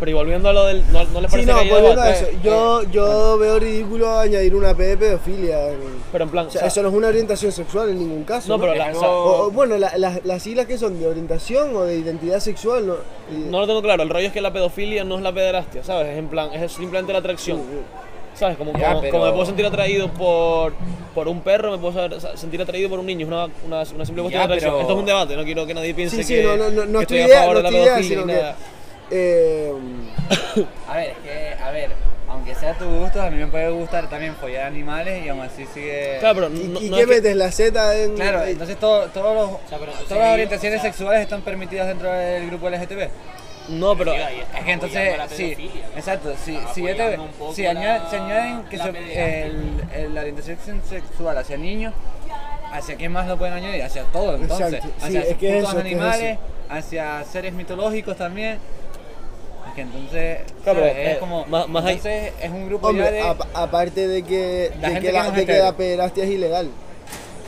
Pero y volviendo a lo del. ¿No, no les Sí, parece no, que ayuda volviendo a eso. bastante? Yo, yo veo ridículo añadir una P de pedofilia. en- Eh, Pero en plan. O sea, eso no es una orientación sexual en ningún caso. No, pero la- Es o sea, algo- O- o, bueno, la- las- las siglas que son de orientación o de identidad sexual. No, Y- no lo tengo claro. El rollo es que la pedofilia no es la pederastia, ¿sabes? Es en plan, es simplemente la atracción. ¿Sabes? Como, Ya, como, pero- como me puedo sentir atraído por, por un perro, me puedo saber- sentir atraído por un niño. Es una, una, una simple cuestión Ya, de atracción. pero- Esto es un debate, no quiero que nadie piense sí, sí, que, no, no, no, no estoy que estoy idea- a no favor de la estoy idea, pedofilia sino ni que- nada. eh, A ver, es que, a ver, aunque sea a tu gusto, a mí me puede gustar también follar animales y aún así sigue. Claro, pero ¿Y, no, y no qué es que- metes la Z en.? eh, Claro, entonces todo- todos los, sea, pero todas sí, las orientaciones o sea- sexuales están permitidas dentro del grupo LGTB. no, pero. Ahí está Es que entonces, apoyando la sí, pedofilia, ¿no? exacto, sí, Está si, yo te- apoyando un poco si añade- la- se añaden que la se- pederastia. el- el- la orientación sexual hacia niños, ¿hacia quién más lo pueden añadir? Hacia todo, entonces. Exacto, sí, Hacia es que es putos eso, es que es animales, hacia seres mitológicos también. Es que entonces, Claro, ¿sabes? eh, es como, más- más ahí- entonces es un grupo ya Hombre, ah, de... a- aparte de que La de gente que que la, no es de que hetero. la pederastia es ilegal.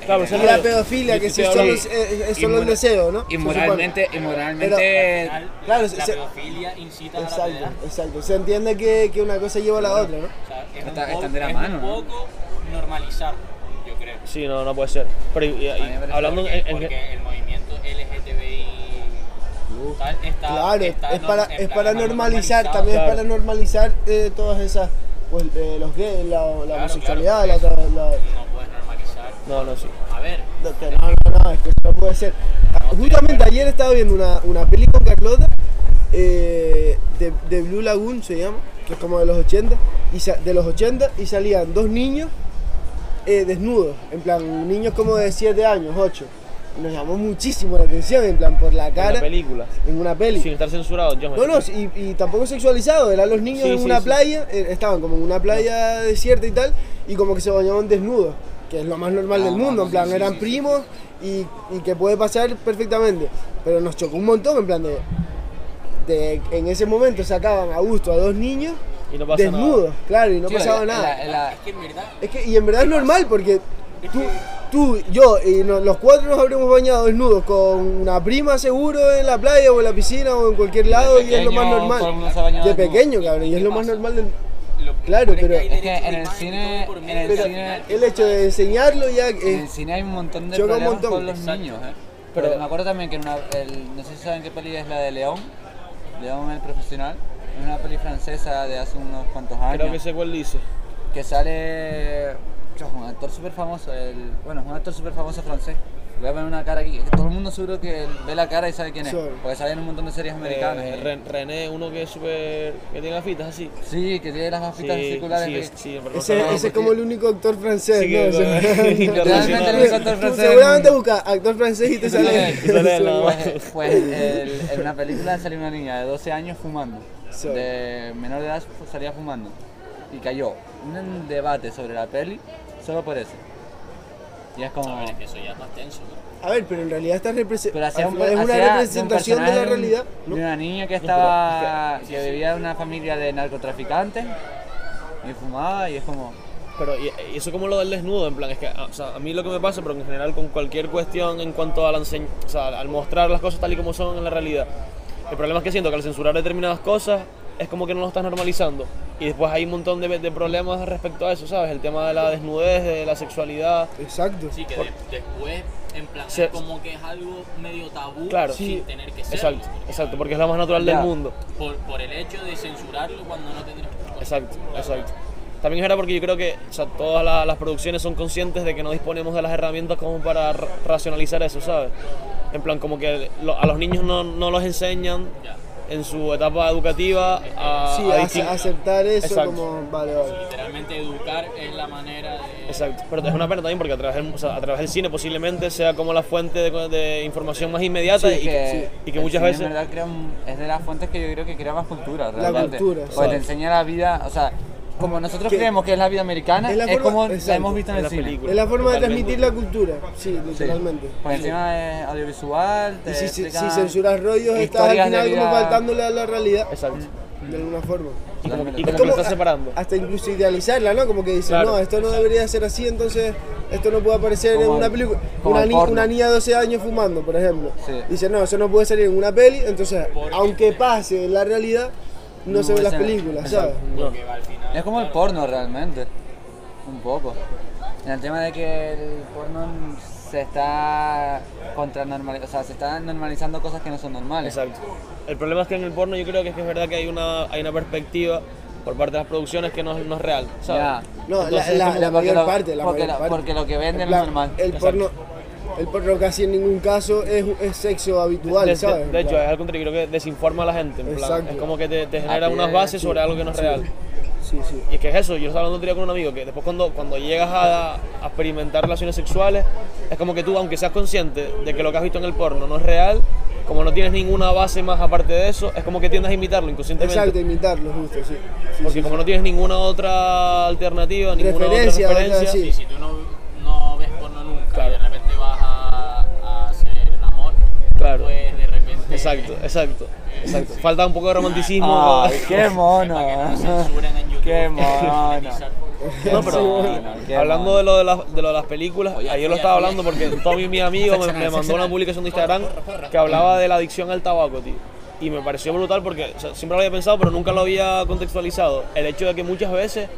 Claro, pero ese es Y el la rollo. pedofilia, Yo que sí estoy es hablando- solo, es, es solo un Inmoral- deseo, ¿no? Se Inmoralmente, supone. inmoralmente... Al final, Claro, la se- se- pedofilia incita a la Exacto, pederastia. exacto. Se entiende que, que una cosa lleva a la otra, ¿no? O sea, es Está- un poco, están de la es mano, un ¿no? poco normalizar, yo creo. Sí, no, no puede ser. Pero y- y- mí me parece hablando porque, en- en- porque el movimiento LGTBI tal, está, Claro, está es no- para, en es plan, para está normalizar, normalizado. también es Claro. para normalizar eh, todas esas, pues eh, los gays, la, la claro, homosexualidad, por la, eso. la- No puedes normalizar. No, no, sí. A ver, la- que no, no, no, es que eso no puede ser. Ah, Justamente ayer estaba viendo una, una peli con Carlota, eh, de, de Blue Lagoon se llama, que es como de los 80, y sa- de los 80 y salían dos niños eh, desnudos, en plan, niños como de 7 años, 8. Nos llamó muchísimo la atención, en plan, por la En cara, la película. en una peli. Sin estar censurado, yo No, no, y, y tampoco sexualizado, eran los niños Sí, en sí, una sí. playa, eh, estaban como en una playa desierta y tal, y como que se bañaban desnudos, que es lo más normal Ah, del mundo, en plan, eran primos Y, y que puede pasar perfectamente, pero nos chocó un montón, en plan, de, de- en ese momento sacaban a gusto a dos niños Y no pasa nada. desnudos, claro, y no Sí, pasaba la- nada. la- la- es que en verdad Es que, y en verdad es normal porque tú, tú yo y no- los cuatro nos habremos bañado desnudos con una prima seguro en la playa o en la piscina o en cualquier lado y es lo más pequeño, todo el mundo se normal. ha bañado De desnudo. pequeño, cabrón, y es lo más normal del... lo que Claro, ocurre pero- hay Es que derecho en de el imagen y cine- todo por en medio el del Pero cine- final. el hecho de enseñarlo ya En el es... cine hay un montón de Choca Eh, un problemas montón. con los Exacto. niños, ¿eh? Pero- Pero me acuerdo también que en una, el- no sé si saben qué peli es la de León, León el profesional, es una peli francesa de hace unos cuantos años, Creo que que, sé cuál dice. sale es un actor súper famoso, el, bueno, es un actor súper famoso francés. Voy a poner una cara aquí, es que todo el mundo seguro que ve la cara y sabe quién es, Sí. porque sale en un montón de series americanas. Eh, y- Ren- René, uno que es súper. que tiene gafitas así. Sí, que tiene las gafitas sí, circulares. sí, que- es- sí, pero no sé nada, Ese, ese es porque- como el único actor francés, Sí, ¿no? que- O sea, internacional. Realmente no es actor tú francés. seguramente busca actor francés y te sale sale... él. Y sale él, nada más. Pues, pues, el- en una película salió una niña de 12 años fumando. Sí. De menor de edad fu- salía fumando. Y cayó un debate sobre la peli solo por eso. Y es como. A ver, es que eso ya es más tenso. ¿no? A ver, pero en realidad está represe- Pero hacía un, al final es una hacía de un representación de la personaje, realidad, ¿no? De una niña que estaba. que vivía en una familia de narcotraficantes. Y fumaba, y es como. Pero y, y eso como lo del desnudo, en plan, es que ah, o sea, a mí lo que me pasa, pero en general con cualquier cuestión en cuanto a la enseñ- o sea, al mostrar las cosas tal y como son en la realidad, el problema es que siento que al censurar determinadas cosas es como que no lo estás normalizando. Y después hay un montón de, de problemas respecto a eso, ¿sabes? El tema de la desnudez, de la sexualidad. Exacto. Sí, que de- después, en plan, Se- es como que es algo medio tabú Claro. sin Sí. tener que serlo. Exacto, exacto, porque es lo más natural Ya. del mundo. Por, por el hecho de censurarlo cuando no tendrías Exacto, exacto. También era porque yo creo que o sea, todas la- las producciones son conscientes de que no disponemos de las herramientas como para ra- racionalizar eso, ¿sabes? En plan, como que lo- a los niños no, no los enseñan Ya. en su etapa educativa a, Sí, a ace- distin- aceptar eso Exacto. como... Vale, vale. Literalmente educar es la manera de... Exacto, pero es una pena también porque a través, del, o sea, a través del cine posiblemente sea como la fuente de, de información más inmediata Sí, y, que, y que el muchas cine, en veces... verdad, crea un- es de las fuentes que yo creo que crea más cultura, realmente. cultura, Porque sí. te enseña la vida, o sea, como nosotros Que- creemos que es la vida americana, Es es, la forma- como exacto, la hemos visto en en el las cine. películas. Es la forma de Totalmente. transmitir la cultura, sí, literalmente. Por encima es audiovisual, Pues, te Y si, si, explican si censuras rollos, estás al historias de final como vida. faltándole a la realidad, Exacto. de alguna forma. Y como, y Es como que como- lo estás separando. Hasta incluso idealizarla, ¿no? Como que dices, Claro. no, esto no debería ser así, entonces esto no puede aparecer en Como una el- película. como Una, el ni- porno. una niña de 12 años fumando, por ejemplo. Sí. Dice, no, eso no puede salir en una peli, entonces, Porque- aunque pase en la realidad, no, No se ven las ese- películas, exacto. ¿sabes? Porque va al final. Es como el claro, porno realmente, un poco. En el tema de que el porno se está contra o sea, se está normalizando cosas que no son normales. Exacto. El problema es que en el porno yo creo que es, que es verdad que hay una, hay una perspectiva por parte de las producciones que no, es- no es real, ¿sabes? Ya. No, la- Entonces, la, como- la porque mayor lo- parte, la porque mayor la- parte. porque lo que venden En plan, es normal. El Exacto. porno, el porno casi en ningún caso es, es sexo habitual, De- de- ¿sabes? De, hecho, es al contrario, creo que desinforma a la gente. En plan, Exacto. es como que te, te genera Ah, unas sí, bases sí. sobre algo que no es Sí. real. Sí, sí. Y es que es eso, yo estaba hablando otro día con un amigo, que después cuando, cuando llegas a, a experimentar relaciones sexuales, es como que tú, aunque seas consciente de que lo que has visto en el porno no es real, como no tienes ninguna base más aparte de eso, es como que tiendes a imitarlo inconscientemente. Exacto, imitarlo, justo, sí. Sí, Porque sí, como sí. no tienes ninguna otra alternativa, ninguna Referencia, otra otra, referencia, Sí, si tú no, no ves porno nunca Claro. y de repente vas a, a hacer el amor, Claro. pues de repente. Exacto, exacto, exacto. Falta un poco de romanticismo. Ah, Ay, ¿no? qué mono. Para que no lo censuren en YouTube. Qué mono. No, pero Sí, bueno, qué hablando mono. de lo de, las, de lo de las películas, ayer lo estaba hablando porque Tommy, mi amigo, me, me mandó una publicación de Instagram que hablaba de la adicción al tabaco, tío. Y me pareció brutal porque o sea, siempre lo había pensado, pero nunca lo había contextualizado. El hecho de que muchas veces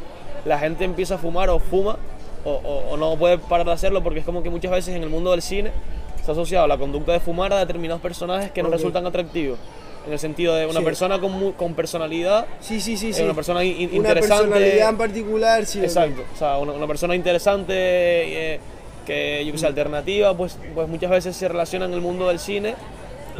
la gente empieza a fumar o fuma o, o- o no puede parar de hacerlo porque es como que muchas veces en el mundo del cine se ha asociado la conducta de fumar a determinados personajes que no Ok. resultan atractivos. En el sentido de una Sí. persona con, mu- con personalidad Sí, sí, sí, Es sí. una persona in- in- Una interesante. personalidad en particular, sí. ok. Exacto, o sea, una, una persona interesante, eh, que yo que sé, alternativa, pues, pues muchas veces se relaciona en el mundo del cine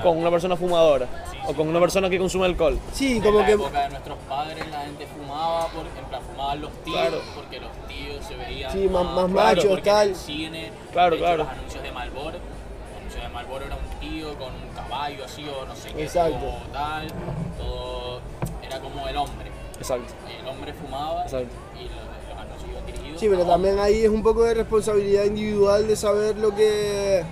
con una persona fumadora o con una persona que consume alcohol. Sí, Como como en la que. época de nuestros padres la gente fumaba, por, en plan fumaban los tíos, Claro. porque los tíos se veían Sí, más- más claro, machos, porque tal. En el cine, Claro, de hecho, claro. Los anuncios de Marlboro, los anuncios de Marlboro era un tío con un caballo así o no sé qué, Exacto. todo tal, todo era como el hombre. Exacto. El hombre fumaba Exacto. y los, los anuncios iban dirigidos. Sí, pero a también ahí es un poco de responsabilidad individual de saber lo que.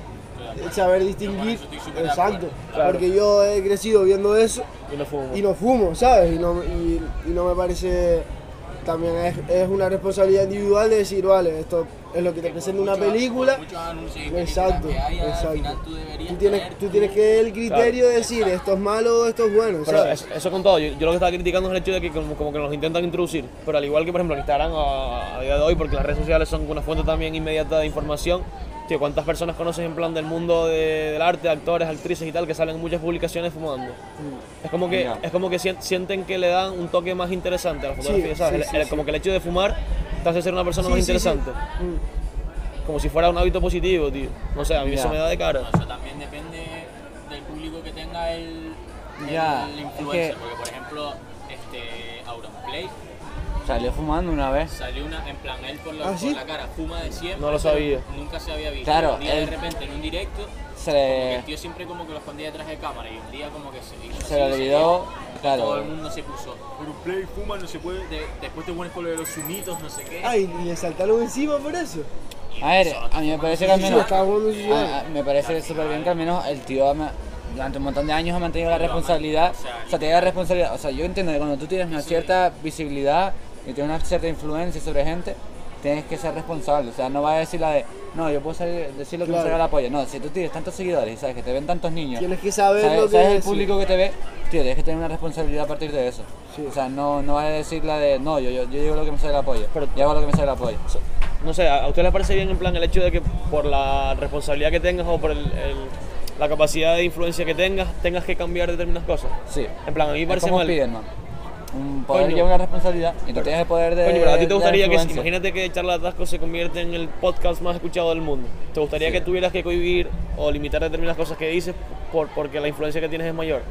hombres. saber distinguir. Yo con eso estoy súper de Exacto. acuerdo. Claro. Porque yo he crecido viendo eso Y no fumo. y no fumo, ¿sabes? Y no, y, y no me parece. También es, es una responsabilidad individual de decir, vale, esto es lo que te presenta una Muchos- película. muchos anuncios y películas Exacto, que hay, al final exacto. tú deberías Tú tienes, tener tú tu- tienes que ver el criterio de decir, esto es malo o esto es bueno, Pero ¿sabes? eso, eso con todo, yo, yo lo que estaba criticando es el hecho de que como, como que nos intentan introducir, pero al igual que por ejemplo en Instagram a, a día de hoy, porque las redes sociales son una fuente también inmediata de información, tío, ¿cuántas personas conoces en plan del mundo de- del arte, actores, actrices y tal, que salen en muchas publicaciones fumando? Mm. Es como que, Ya. es como que sien- sienten que le dan un toque más interesante a la fotografía, Sí, ¿sabes? sí, El- sí, el- como que el hecho de fumar te hace ser una persona Sí, más sí, sí. interesante, Mm. como si fuera un hábito positivo, tío. No sé, a mí eso Ya. me da de cara. Bueno, eso también depende del público que tenga el, el Ya, es influencer. que- Porque, por ejemplo, este Auronplay Salió fumando una vez. salió una, en plan, él por la, ¿Ah, por sí? la cara, fuma de siempre. No lo pero sabía. Nunca se había visto. Claro, un día él- de repente en un directo, Se como que le, el tío siempre como que lo escondía detrás de cámara y un día como que se hizo se le así, no sé olvidó, qué, Todo el claro. mundo se puso, pero Play fuma, no se puede, de- después te pones con lo de los sumitos, no sé qué. Ay, y le saltaron encima por eso. Y A ver, solo a mí me parece que al Sí, sí, menos estaba jugando su Ah, ah, me parece súper bien que al menos el tío ama- durante un montón de años ha mantenido la responsabilidad. O sea, tiene la responsabilidad. O sea, yo entiendo que cuando tú tienes una cierta visibilidad y tienes una cierta influencia sobre gente, tienes que ser responsable. O sea, no vas a decir la de, no, yo puedo salir, decir lo que me Claro. salga la polla. No, si tú tienes tantos seguidores y sabes que te ven tantos niños, Tienes que saber sabes, lo que sabes el decir. público que te ve, tío, tienes que tener una responsabilidad a partir de eso. Sí. O sea, no, no vas a decir la de, no, yo, yo, yo digo lo que me sale la polla. Pero- yo hago lo que me sale la polla. So- no sé, ¿a a ustedes les parece bien en plan el hecho de que por la responsabilidad que tengas o por el- el- la capacidad de influencia que tengas, tengas que cambiar determinadas cosas? Sí. En plan, a mí me Es parece como mal. Spiderman. Un poder Coño. lleva una responsabilidad y tú tienes el poder de. Coño, pero a ti de te gustaría que, influencia. imagínate que Charla Tasco se convierte en el podcast más escuchado del mundo. ¿Te gustaría que tuvieras que cohibir o limitar determinadas cosas que dices por, porque la influencia que tienes es mayor?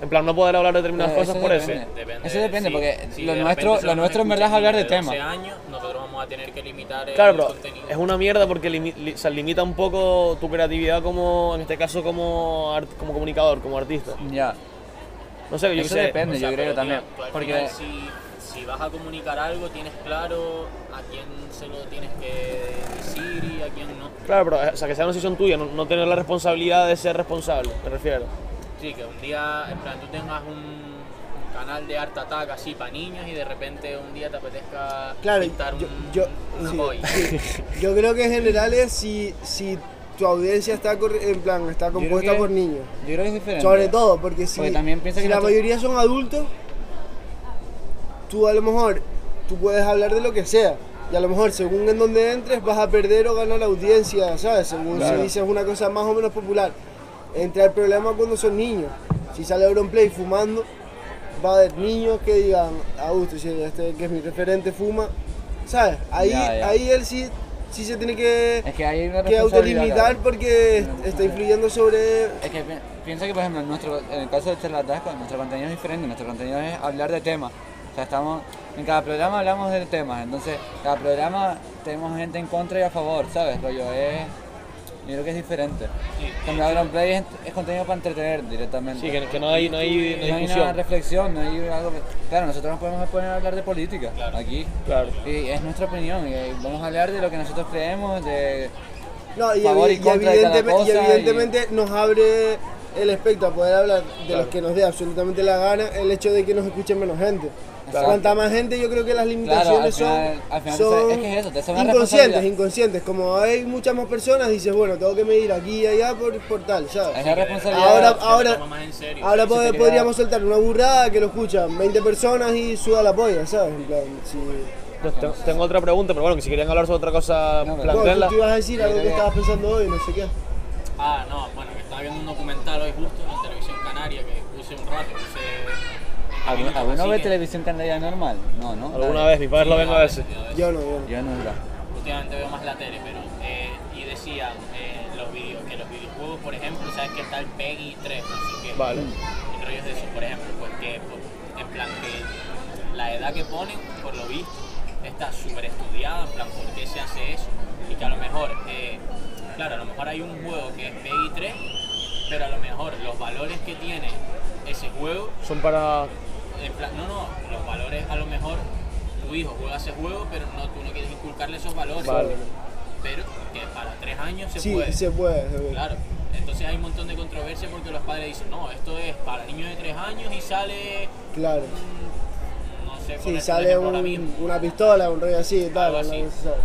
En plan, no poder hablar de Pero determinadas cosas por eso. depende. Eso depende, sí, porque sí, lo, de nuestro, repente lo solo nos nuestro en escuchan verdad es hablar de niños 12 temas. años, nosotros vamos a tener que limitar el Claro, pero contenido. es una mierda porque limi- li- o sea, limita un poco tu creatividad como, en este caso, como, art- como comunicador, como artista. Ya. No sé, yo qué Eso sé, depende. yo creo pero, también, tío, tú al porque- final si, si vas a comunicar algo, tienes claro a quién se lo tienes que decir y a quién no. Claro, pero o sea, que sea una decisión tuya, no, no tener la responsabilidad de ser responsable, me refiero. Sí, que un día, en plan, tú tengas un, un canal de Art Attack así para niños y de repente un día te apetezca Claro, pintar yo- un, yo- un sí, boy. sí. Yo creo que en general es si, si tu audiencia está corre- en plan está creo compuesta que- por niños. Yo creo que es diferente. Sobre todo, porque si, Porque también piensa si que la nosotros- mayoría son adultos, tú a lo mejor tú puedes hablar de lo que sea. Y a lo mejor según en donde entres vas a perder o ganar audiencia, ¿sabes? Según si dices una cosa más o menos popular. Entra el problema cuando son niños. Si sale Auronplay fumando, va a haber niños que digan, Augusto, si este que es mi referente fuma, ¿sabes? Ahí, Ya, ya. ahí él sí, sí se tiene que, Es que hay una que responsabilidad, autolimitar cabrón. porque está influyendo sobre Es que pi- piensa que, por ejemplo, en, nuestro, en el caso de Charlatasco, nuestro contenido es diferente. Nuestro contenido es hablar de temas. O sea, estamos. En cada programa hablamos de temas. Entonces, cada programa tenemos gente en contra y a favor, ¿sabes? Rollo es. Yo creo que es diferente. Cuando hablan play es, es contenido para entretener directamente. Sí, que, que no hay, no hay, no hay no hay discusión. una reflexión, no hay algo. que- Claro, nosotros nos podemos poner a hablar de política aquí. Claro. Y es nuestra opinión. Y vamos a hablar de lo que nosotros creemos, de. No, y, favor y evi- y contra de cada evidentemente, y cosa, evidentemente nos abre el espectro a poder hablar de los que nos dé absolutamente la gana el hecho de que nos escuche menos gente. Claro. Cuanta más gente, yo creo que las limitaciones Claro, al final- son, al final te son sa- es que es eso, te hace una inconscientes, responsabilidad. inconscientes. Como hay muchas más personas, dices, bueno, tengo que medir aquí y allá por, por tal, Es ¿sabes? la responsabilidad. Ahora, Se lo toma ahora, más en serio. ahora pod- Superioridad. podríamos soltar una burrada que lo escuchan 20 personas y suda la polla, ¿sabes? En plan, si- Pues te- tengo otra pregunta, pero bueno, que si querían hablar sobre otra cosa, No, pero- Bueno, plantéenla. tú, tú ibas a decir algo que Yo creo- estabas pensando hoy, no sé qué. Ah, no, bueno, que estaba viendo un documental hoy justo en televisión canaria que puse un rato, puse... ¿Alguno, alguno Así ve que, televisión canaria normal? No, no. Alguna nadie. vez, mis padres lo ven a veces. Yo no, yo no. Yo nunca. Últimamente veo más la tele, pero... eh, y decía eh, los video- que los videojuegos, por ejemplo, sabes que está el PEGI 3, así que... Vale. En rollos de eso, por ejemplo, pues que pues, en plan que la edad que ponen, por lo visto, está súper estudiada, en plan por qué se hace eso. Y que a lo mejor, eh, claro, a lo mejor hay un juego que es PEGI 3, pero a lo mejor los valores que tiene ese juego Son para. en plan, no, no, los valores a lo mejor tu hijo juega ese juego, pero no, tú no quieres inculcarle esos valores. Vale. Pero que para tres años se Sí, puede. se puede. se puede. Claro. Entonces hay un montón de controversia porque los padres dicen, no, esto es para niños de tres años y sale, Claro. mm, no sé, Sí, por sale un- una pistola, un rollo así, tal. Algo así. una cosa así.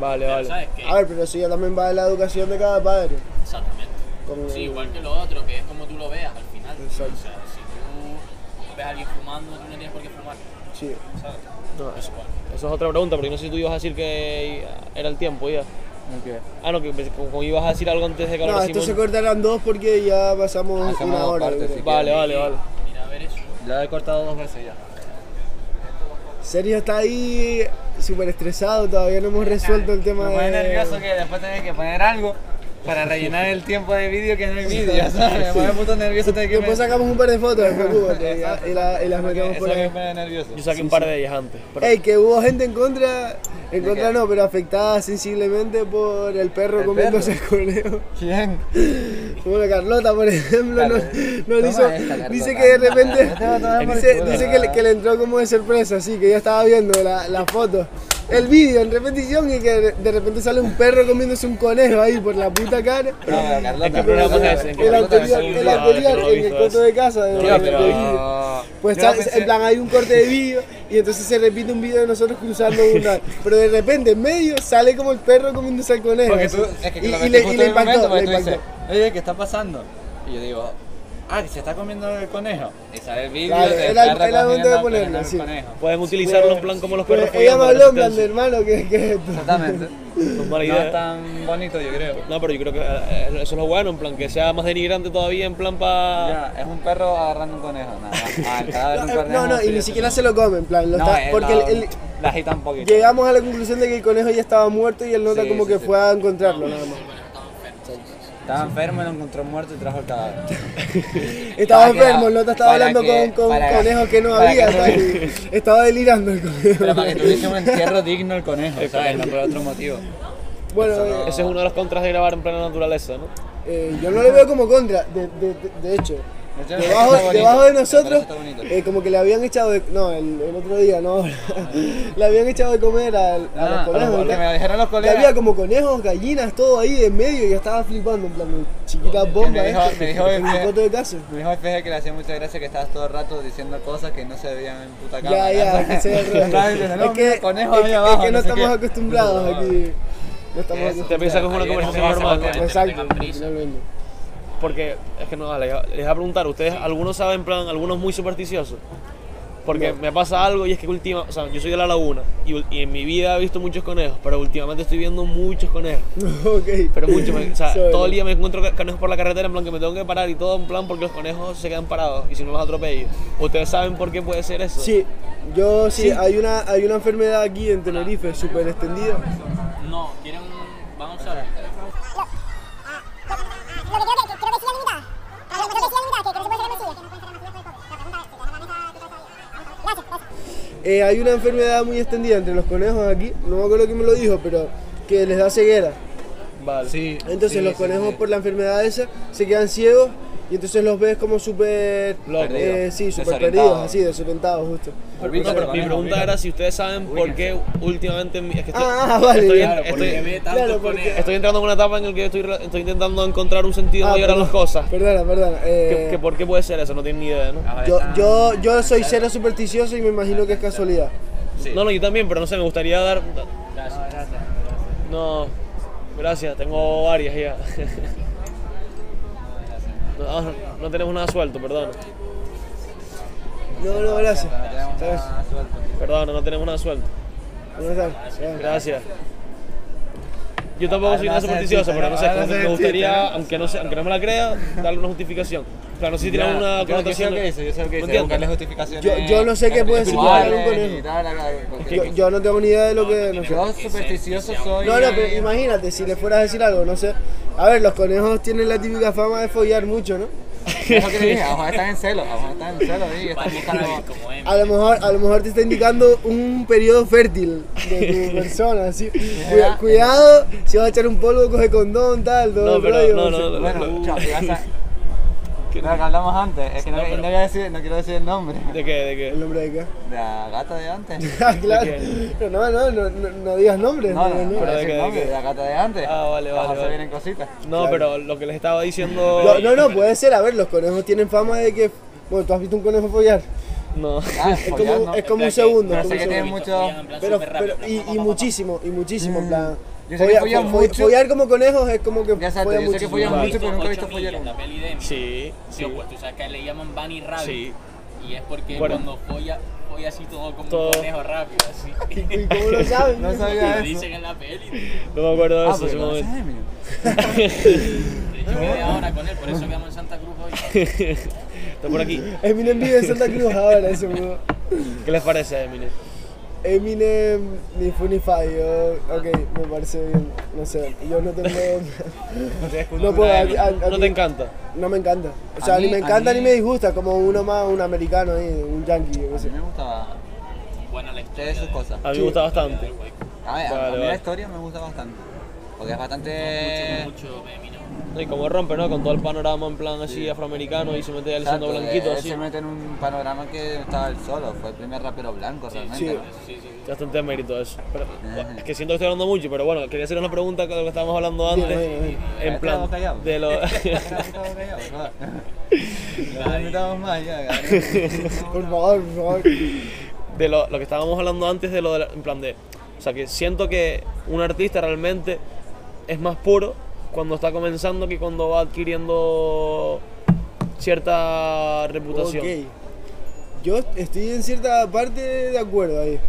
Vale, vale. ¿sabes qué? A ver, pero eso ya también va de la educación de cada padre. Exactamente. Como- Sí, igual que lo otro, que es como tú lo veas al final. Exacto. O sea, si tú ves a alguien fumando, tú no tienes por qué fumar, Sí. ¿sabes? Pues No, eso, Igual. eso es otra pregunta, porque no sé si tú ibas a decir que era el tiempo ya. Ok. Ah, no, que pensé- como, como ibas a decir algo antes de que No, hablara esto se Simón. cortarán dos porque ya pasamos Hacemos una dos hora. yo partes, creo. sí. Vale, vale, vale. Mira a ver eso. La he cortado dos veces ya. Sergio está ahí súper estresado, todavía no hemos resuelto el tema Me pone de... nervioso que después tenés que poner algo para rellenar el tiempo de vídeo que no hay vídeo, ¿sabes? Me pone puto nervioso tener que Después sacamos un par de fotos, no te preocupes, y, la- y la- y las Eso metemos que- por eso que ahí. me pone nervioso. Yo saqué un par de ellas antes. pero- Ey, que hubo gente en contra, en ¿De contra qué? no, pero afectada sensiblemente por el perro ¿El comiéndose el conejo. ¿Quién? Bueno, Carlota, por ejemplo, no, Carlota. no Toma hizo, esta, Carlota. dice que de repente, No te va a tomar por dice, culo, dice que, ¿verdad? le, que le entró como de sorpresa, así que ya estaba viendo la, la foto, el vídeo en repetición y que de- de repente sale un perro comiéndose un conejo ahí por la puta cara. No, pero Carlota. ¿En qué programa es ese? ¿En qué El programa anterior, es ese? el Ah, anterior, que no lo he en el visto coto ese. de casa. de- No, de- pero- de vídeo. Pues Yo está, pensé- en plan hay un corte de vídeo y entonces se repite un vídeo de nosotros cruzando un rat. Pero de repente en medio sale como el perro comiéndose al conejo. Porque tú, así. es que y, lo y ves le, justo y le en el momento, impactó, porque le tú dices, impactó. Oye, ¿qué está pasando? Y yo digo, ah, que se está comiendo el conejo. Y sale el vídeo. Claro, de era- estar era el momento de recogiendo al ponerlo, conejo, sí. el conejo. Pueden utilizarlo en plan como los perros. Pero ella me habló en follando, plan de resistencia. hermano, ¿qué, qué es esto? Exactamente. No es mala No idea. es tan bonito, yo creo. No, pero yo creo que eh, eso es lo bueno, en plan que sea más denigrante todavía, en plan para... Ya, es un perro agarrando un conejo, nada más. Ah, el cadáver de un No, eh, conejo, no, y sí, ni sí. siquiera se lo come, en plan, lo No, está- él porque la- el- el- la agita un poquito. llegamos a la conclusión de que el conejo ya estaba muerto y el nota Sí, como sí, que sí. fue a encontrarlo nada más. Estaba enfermo, lo encontró muerto y trajo el cadáver. Estaba Para que la- enfermo, el nota estaba para hablando que- con, con para- conejos que no para había, que- tal, y estaba delirando el conejo. Pero para que tuviese un entierro digno el conejo, ¿sabes? No por otro motivo. Bueno, Eso no- eh, Ese es uno de los contras de grabar en plena naturaleza, ¿no? eh, yo no lo veo como contra, de, de- de- de hecho, Debajo, debajo de nosotros, eh, como que le habían echado de. No, el, el otro día, no. ahora. le habían echado de comer al- Ah, a, los conejos. Porque me ¿verdad? dijeron los Y colegas. había como conejos, gallinas, todo ahí de medio y yo estaba flipando, en plan, chiquita bomba. ¿eh? me dijo- esto. me dijo En el- el coto de caso. Me dijo el FG que le hacía mucha gracia que estabas todo el rato diciendo cosas que no se veían en puta cámara. Ya, ya, que se ve raro. Claro, dice, no, Es que, mira, conejo es ahí que- abajo, es que no no sé estamos qué. acostumbrados aquí. No estamos Eso. Te acostumbrados. piensas que es una Ahí es donde vas conversación a normal. encontrar. Exacto, tengan prisa. finalmente. Porque, es que no, vale, les voy a preguntar, ¿ustedes algunos saben, en plan, algunos muy supersticiosos? Porque me pasa algo y es que última, o sea, yo soy de la laguna y, ul- y en mi vida he visto muchos conejos, pero últimamente estoy viendo muchos conejos. Ok. Pero mucho, me- o sea, Sobre. todo el día me encuentro ca- conejos por la carretera, en plan que me tengo que parar y todo, en plan porque los conejos se quedan parados y si no los atropello. ¿Ustedes saben por qué puede ser eso? Sí, yo sí, Sí. Hay, una, hay una enfermedad aquí en Tenerife súper extendida. No, quieren. Vamos a ver. Eh, hay una enfermedad muy extendida entre los conejos aquí, no me acuerdo quién me lo dijo, pero que les da ceguera. Vale. Sí, Entonces sí, los sí, conejos sí. por la enfermedad esa se quedan ciegos y entonces los ves como súper... Locos. eh, sí, súper Desorientados. perdidos, así, desorientados justo. No, pero mi pregunta era si ustedes saben por qué últimamente... mi- Es que estoy, Ah, ah, vale, estoy, bien. en- estoy- Claro, porque... estoy entrando en una etapa en la que estoy, re- estoy intentando encontrar un sentido Ah, mayor a perdón, las cosas. Perdona, perdona. ¿Qué, eh, qué- por qué puede ser eso? No tienen ni idea, ¿no? yo, yo, yo soy cero supersticioso y me imagino que es casualidad. No, no, yo también, pero no sé, me gustaría dar... No, gracias, tengo varias ya. No, no, no tenemos nada suelto, perdón. No, no, gracias. ¿Sabes? Perdón, no tenemos nada suelto. Buenas tardes. Gracias. Yo tampoco soy nada supersticioso, pero no sé, como que me gustaría, aunque no, sé, aunque no me la crea, darle una justificación. Claro, no sé si tiene alguna Yo sé connotación. lo que hice, yo sé lo que ¿No hice. Buscarle entiendes? justificaciones. Yo, yo no sé qué puede significar un espirituales y conejo. tal, acá, porque- Yo, yo no tengo ni idea de lo que. No, sé. Yo supersticioso soy. no, no, pero imagínate, si le fueras a decir algo, no sé. A ver, los conejos tienen la típica fama de follar mucho, ¿no? Es lo que le dije, a lo mejor están en celo, a lo mejor están en celo y están buscando. Como M. A lo mejor, a lo mejor te está indicando un periodo fértil de tu persona, así. Cuida- cuidado, si vas a echar un polvo, coge condón, tal, todo No, el pero rollo, no, sé. no, no. Bueno, no. chao, y vas a- Lo que hablamos antes, es que no, No, pero- no voy a decir- no quiero decir el nombre. ¿De qué? ¿De ¿El qué? nombre de qué? De la gata de antes. Ah, claro. ¿De Pero no, no, no, no, no digas nombres. No, No, no, no, digas nombres. no, voy a de decir qué, de nombre, qué. de la gata de antes. Ah, vale, Ajá, vale, se vale. vienen cositas. No, pero lo que les estaba diciendo. No, no, no, puede ser. A ver, los conejos tienen fama de que. Bueno, tú has visto un conejo follar. No. Ah, Es follar, como, no. es como un Espera, segundo. pero es como sé un que tiene segundo. mucho- Pero, pero y, y muchísimo, y muchísimo, en plan. Mm, Yo sé que folla- follan fo- mucho. follar como conejos es como que. Ya sé, folla yo sé que muchísimo. follan Vale. mucho, pero nunca he visto Ocho millas, follar uno. La peli de Sí, sí. Tío, pues tú sabes que le llaman Bunny Rabbit. Sí. Y es porque Bueno. cuando folla, folla así todo como Todo. un conejo rápido, así. ¿Y y cómo lo saben? No sabía Lo eso. dicen en la peli. tío. No me acuerdo de Ah, eso. porque ese lo momento. sabes, mío. Yo quedé ahora con él, por eso quedamos en Santa Cruz hoy. Está por aquí. Eminem vive en Santa Cruz ahora, eso, weón. ¿Qué les parece, Eminem? Eminem ni fu ni fa, yo, ok, me parece bien, no sé, yo no tengo, no puedo, a- a- a ¿No te mí- encanta? No me encanta. O sea, A mí- ni me a encanta mí- ni me disgusta, como uno más, un americano ahí, un yankee, yo qué A mí sé. me gustaba Buena la de historia. sus cosas. A mí Sí. me gusta bastante. A ver, a- a Vale, mí vale. la historia me gusta bastante. Porque es de- bastante. Mucho de mí, no. No, Y como rompe, ¿no? Con todo el panorama en plan así afroamericano y se mete al Exacto, eh, siendo blanquito él así. se mete en un panorama que estaba él solo, fue el primer rapero blanco realmente. Sí. ¿no? Sí, sí, sí. Bastante mérito eso. Pero, Ajá. es que siento que estoy hablando mucho, pero bueno, quería hacer una pregunta con lo que estábamos hablando Bien, antes. bien, bien. En Cállate la plan, boca ya, de lo. Lo invitamos más ya, cabrón. Por favor, por favor. de lo, lo que estábamos hablando antes de lo de la- en plan de o sea que siento que un artista realmente es más puro cuando está comenzando que cuando va adquiriendo cierta reputación Ok. Yo estoy en cierta parte de acuerdo ahí.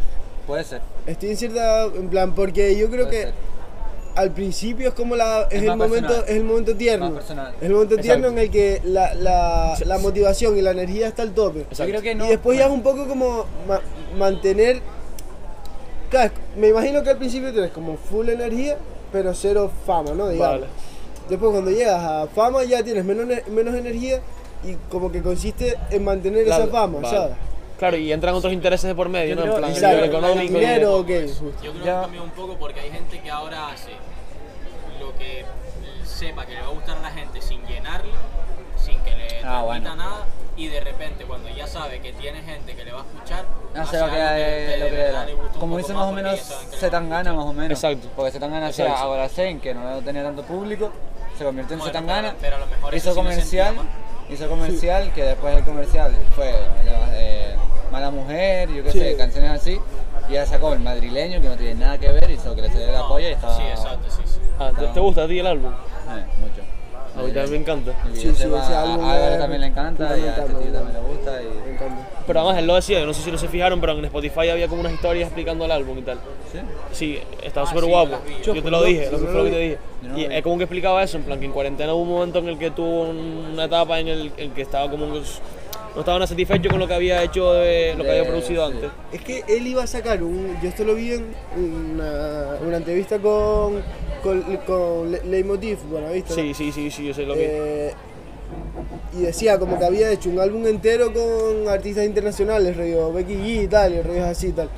Puede ser. Estoy en cierta, en plan, porque yo creo Puede que ser. al principio es como la, es, Es el más momento, personal. es el momento tierno, Más personal. es el momento tierno Exacto. en el que la, la, la motivación y la energía está al tope. Exacto. Yo creo que no. Y después ya es un poco como ma- mantener. Claro, me imagino que al principio tienes como full energía, pero cero fama, ¿no? Digamos. Vale. Después cuando llegas a fama ya tienes menos, ne- menos energía y como que consiste en mantener esa Claro, fama, vale. ¿sabes? Claro, y entran otros intereses de por Yo medio, ¿no? creo- en plan, el Exacto. nivel económico. y- Dinero, ok. justo. Yo creo Ya. que cambió un poco porque hay gente que ahora hace lo que sepa que le va a gustar a la gente sin llenarle, sin que le transmita Ah, bueno. nada, y de repente cuando ya sabe que tiene gente que le va a escuchar, No hace sé lo algo que, de lo que verdad le gusta un Como poco dice más más o porque menos, ya saben que le se va a tan gana más o menos. Exacto. Porque se tan gana hacía Exacto. Agoracén, que no tenía tanto público, se convirtió en Bueno, se tan pero- gana. pero a lo mejor eso hizo sí lo sentía comercial, hizo comercial, que después el comercial fue eh, Mala Mujer, yo qué Sí. sé, canciones así. Y ya sacó el madrileño, que no tiene nada que ver, hizo que le saliera la No, polla y estaba. Sí, exacto, sí, sí. Ah, ¿te, te gusta a ti el álbum? Eh, mucho. A mí también me encanta. El Sí, video sí, se va- ese a- álbum a Álvaro es también le encanta, y a este fundamental, tío ¿no? también le gusta. Y... Me encanta. Pero además él lo decía, yo no sé si no se fijaron, pero en Spotify había como unas historias explicando el álbum y tal. ¿Sí? Sí, estaba Ah, súper sí, guapo. las vi. Yo te lo dije, lo yo que no fue lo que lo te vi. dije. Yo no Y lo vi. es como que explicaba eso, en plan que en cuarentena hubo un momento en el que tuvo un- una etapa en el, el que estaba como unos- no estaba nada satisfecho con lo que había hecho, de, lo que De- había producido sí. antes. Es que él iba a sacar un. Yo esto lo vi en una, una entrevista con, con, con Le- Leitmotiv, bueno, ¿viste? no? Sí, sí, sí, sí, yo sé lo que. Eh, y decía como que había hecho un álbum entero con artistas internacionales, rollo Becky G y tal, y rollos así y tal.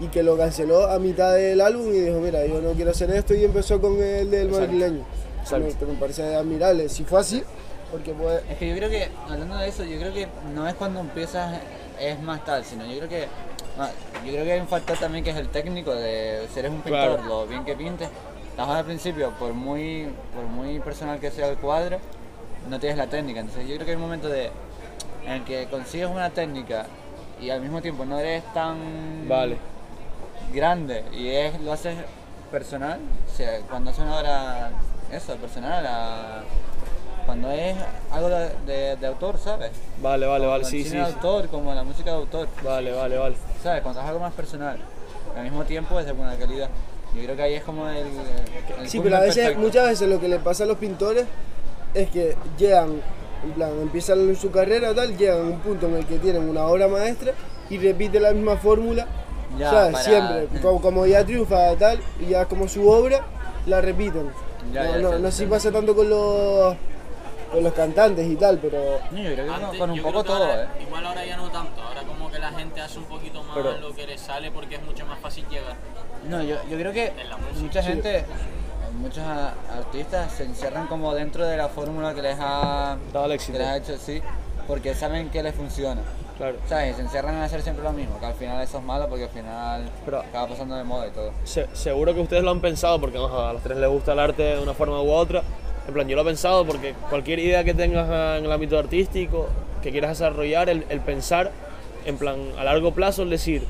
Y que lo canceló a mitad del álbum y dijo, mira, yo no quiero hacer esto y empezó con el del madrileño. Exacto. Me- Pero me parece admirable, si fue así, porque pues... Es que yo creo que, hablando de eso, yo creo que no es cuando empiezas, es más tal, sino yo creo que. ah, Yo creo que hay un factor también que es el técnico, de si eres un pintor, Claro. lo bien que pintes. Las hojas al principio, por muy, por muy personal que sea el cuadro, no tienes la técnica. Entonces yo creo que hay un momento de, en el que consigues una técnica y al mismo tiempo no eres tan Vale. grande y es, lo haces personal. O sea, cuando haces una obra, eso, personal, a- cuando es algo de, de- de autor, ¿sabes? Vale, vale, vale, Como el sí, sí. cine de sí. autor, como la música de autor, Vale, vale, vale. ¿sabes? Cuando haces algo más personal, al mismo tiempo es de buena calidad. Yo creo que ahí es como el. el Sí, culmen pero a veces, perfecto. muchas veces lo que le pasa a los pintores es que llegan, en plan, empiezan su carrera tal, llegan a un punto en el que tienen una obra maestra y repite la misma fórmula, Ya, ¿sabes? para- Siempre, como, como ya triunfa tal, y ya como su obra, la repiten. Ya, no, ya, no, sí, no sé si sí. pasa tanto con los, con los cantantes y tal, pero... No, yo creo que Antes, con, con un yo poco creo que todo, ahora- ¿eh? Igual ahora ya no tanto, ahora como que la gente hace un poquito más Pero- lo que le sale porque es mucho más fácil llegar. No, yo, yo creo que En la música. mucha gente, muchos a- artistas se encierran como dentro de la fórmula que les ha, Dado el que éxito. les ha hecho así, porque saben que les funciona. Claro. ¿Sabes? Y se encierran en hacer siempre lo mismo, que al final eso es malo porque al final Pero- acaba pasando de moda y todo. Se- seguro que ustedes lo han pensado porque vamos a, ver, a los tres les gusta el arte de una forma u otra. En plan, yo lo he pensado porque cualquier idea que tengas ah, en el ámbito artístico, que quieras desarrollar, el, el pensar, en plan, a largo plazo, el decir,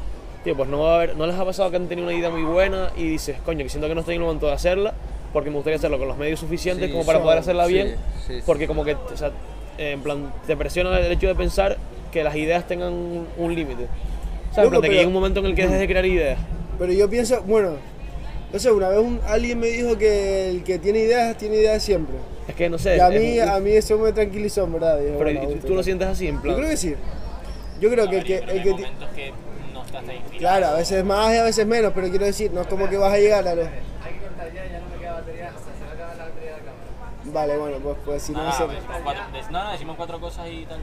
tío, pues no va a haber, no les ha pasado que han tenido una idea muy buena y dices, coño, que siento que no estoy en el momento de hacerla, porque me gustaría hacerlo con los medios suficientes Sí, como para eso- poder hacerla sí, bien, sí, sí. porque como que, o sea, en plan, te presiona el hecho de pensar que las ideas tengan un, un límite. O sea, Loco, en plan, de que pero- llegue un momento en el que dejes de crear ideas. Pero yo pienso, bueno, no sé, una vez un- alguien me dijo que el que tiene ideas, tiene ideas siempre. Es que no sé. Y a es mí, un- a mí eso me tranquilizó, en verdad. Dije, Pero bueno, ¿y tú- Augusto, tú lo tal. sientes así, en plan. Yo creo que sí. Yo creo Pero que, el que, yo creo que el que hay ti- momentos que no estás tan inspirado. Claro, a veces más y a veces menos, pero quiero decir, no es como que vas a llegar a los. Vale, bueno, pues, pues Ah, si no Nada, eso- decimos Ah, cuatro- dec- no, no, decimos cuatro cosas y tal.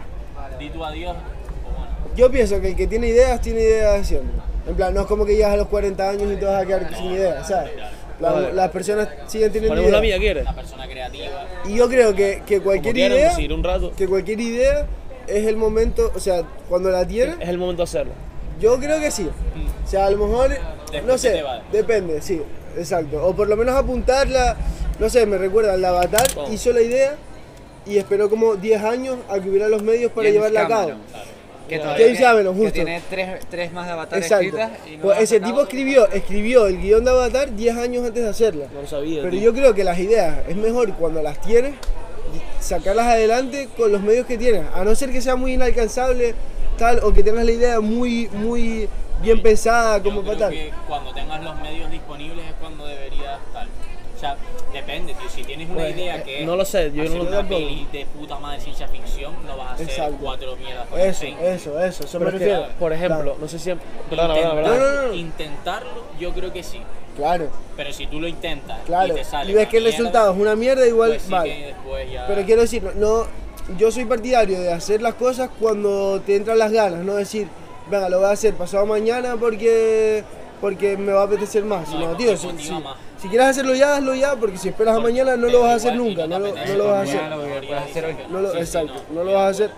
Di tu adiós. o bueno. Yo pienso que el que tiene ideas, tiene ideas siempre. En plan, no es como que llegas a los 40 años y te vas a quedar sin ideas, ¿sabes? La- Vale. Las personas siguen teniendo Ponemos la mía, ideas. ¿quieres? Una persona creativa. Y yo creo que, que Como cualquier quieras, idea, pues, ir un rato. que cualquier idea es el momento, o sea, cuando la tienes, Es el momento de hacerlo. Yo creo que sí. O sea, a lo mejor, no Después te sé, va. depende, sí, exacto. O por lo menos apuntarla, no sé, me recuerda, el Avatar ¿Cómo? hizo la idea y esperó como 10 años a que hubiera los medios para llevarla a cabo. Que James tiene- Cameron, que justo. tiene tres, tres más de avatar Exacto. escritas y no Pues las ha ese sacado. tipo escribió, escribió el guión de Avatar 10 años antes de hacerla. No lo sabía. Pero tío. yo creo que las ideas es mejor cuando las tienes, y sacarlas adelante con los medios que tienes. A no ser que sea muy inalcanzable, tal, o que tengas la idea muy, muy bien pensada, como Yo para creo tal. que cuando tengas los medios disponibles es cuando deberías tal. O sea, depende, tío. Si tienes una Pues, eh, idea que es no lo sé, yo hacer no lo- una tampoco. peli de puta madre ciencia ficción, no vas a hacer Exacto. cuatro mierdas. con Eso, el fin. eso, eso, eso me Pero es que, refiero. por ejemplo, Claro. no sé si. Perdona, Intentar- perdona, perdona. No, no, no. Intentarlo, yo creo que sí. Claro, Pero si tú lo intentas claro. y te sale Y, ves una que el mierda, resultado es una mierda, igual pues sí que vale. después ya- Pero quiero decir, no, no- yo soy partidario de hacer las cosas cuando te entran las ganas, no decir, venga, lo voy a hacer pasado mañana porque porque me va a apetecer más. No, No, no, tío, te si, motiva si- más. si Si quieres hacerlo ya, hazlo ya, porque si esperas a mañana no lo vas a hacer nunca, no lo, no lo vas a hacer. Mañana lo que puedes hacer hoy. No lo, exacto, no lo vas a hacer.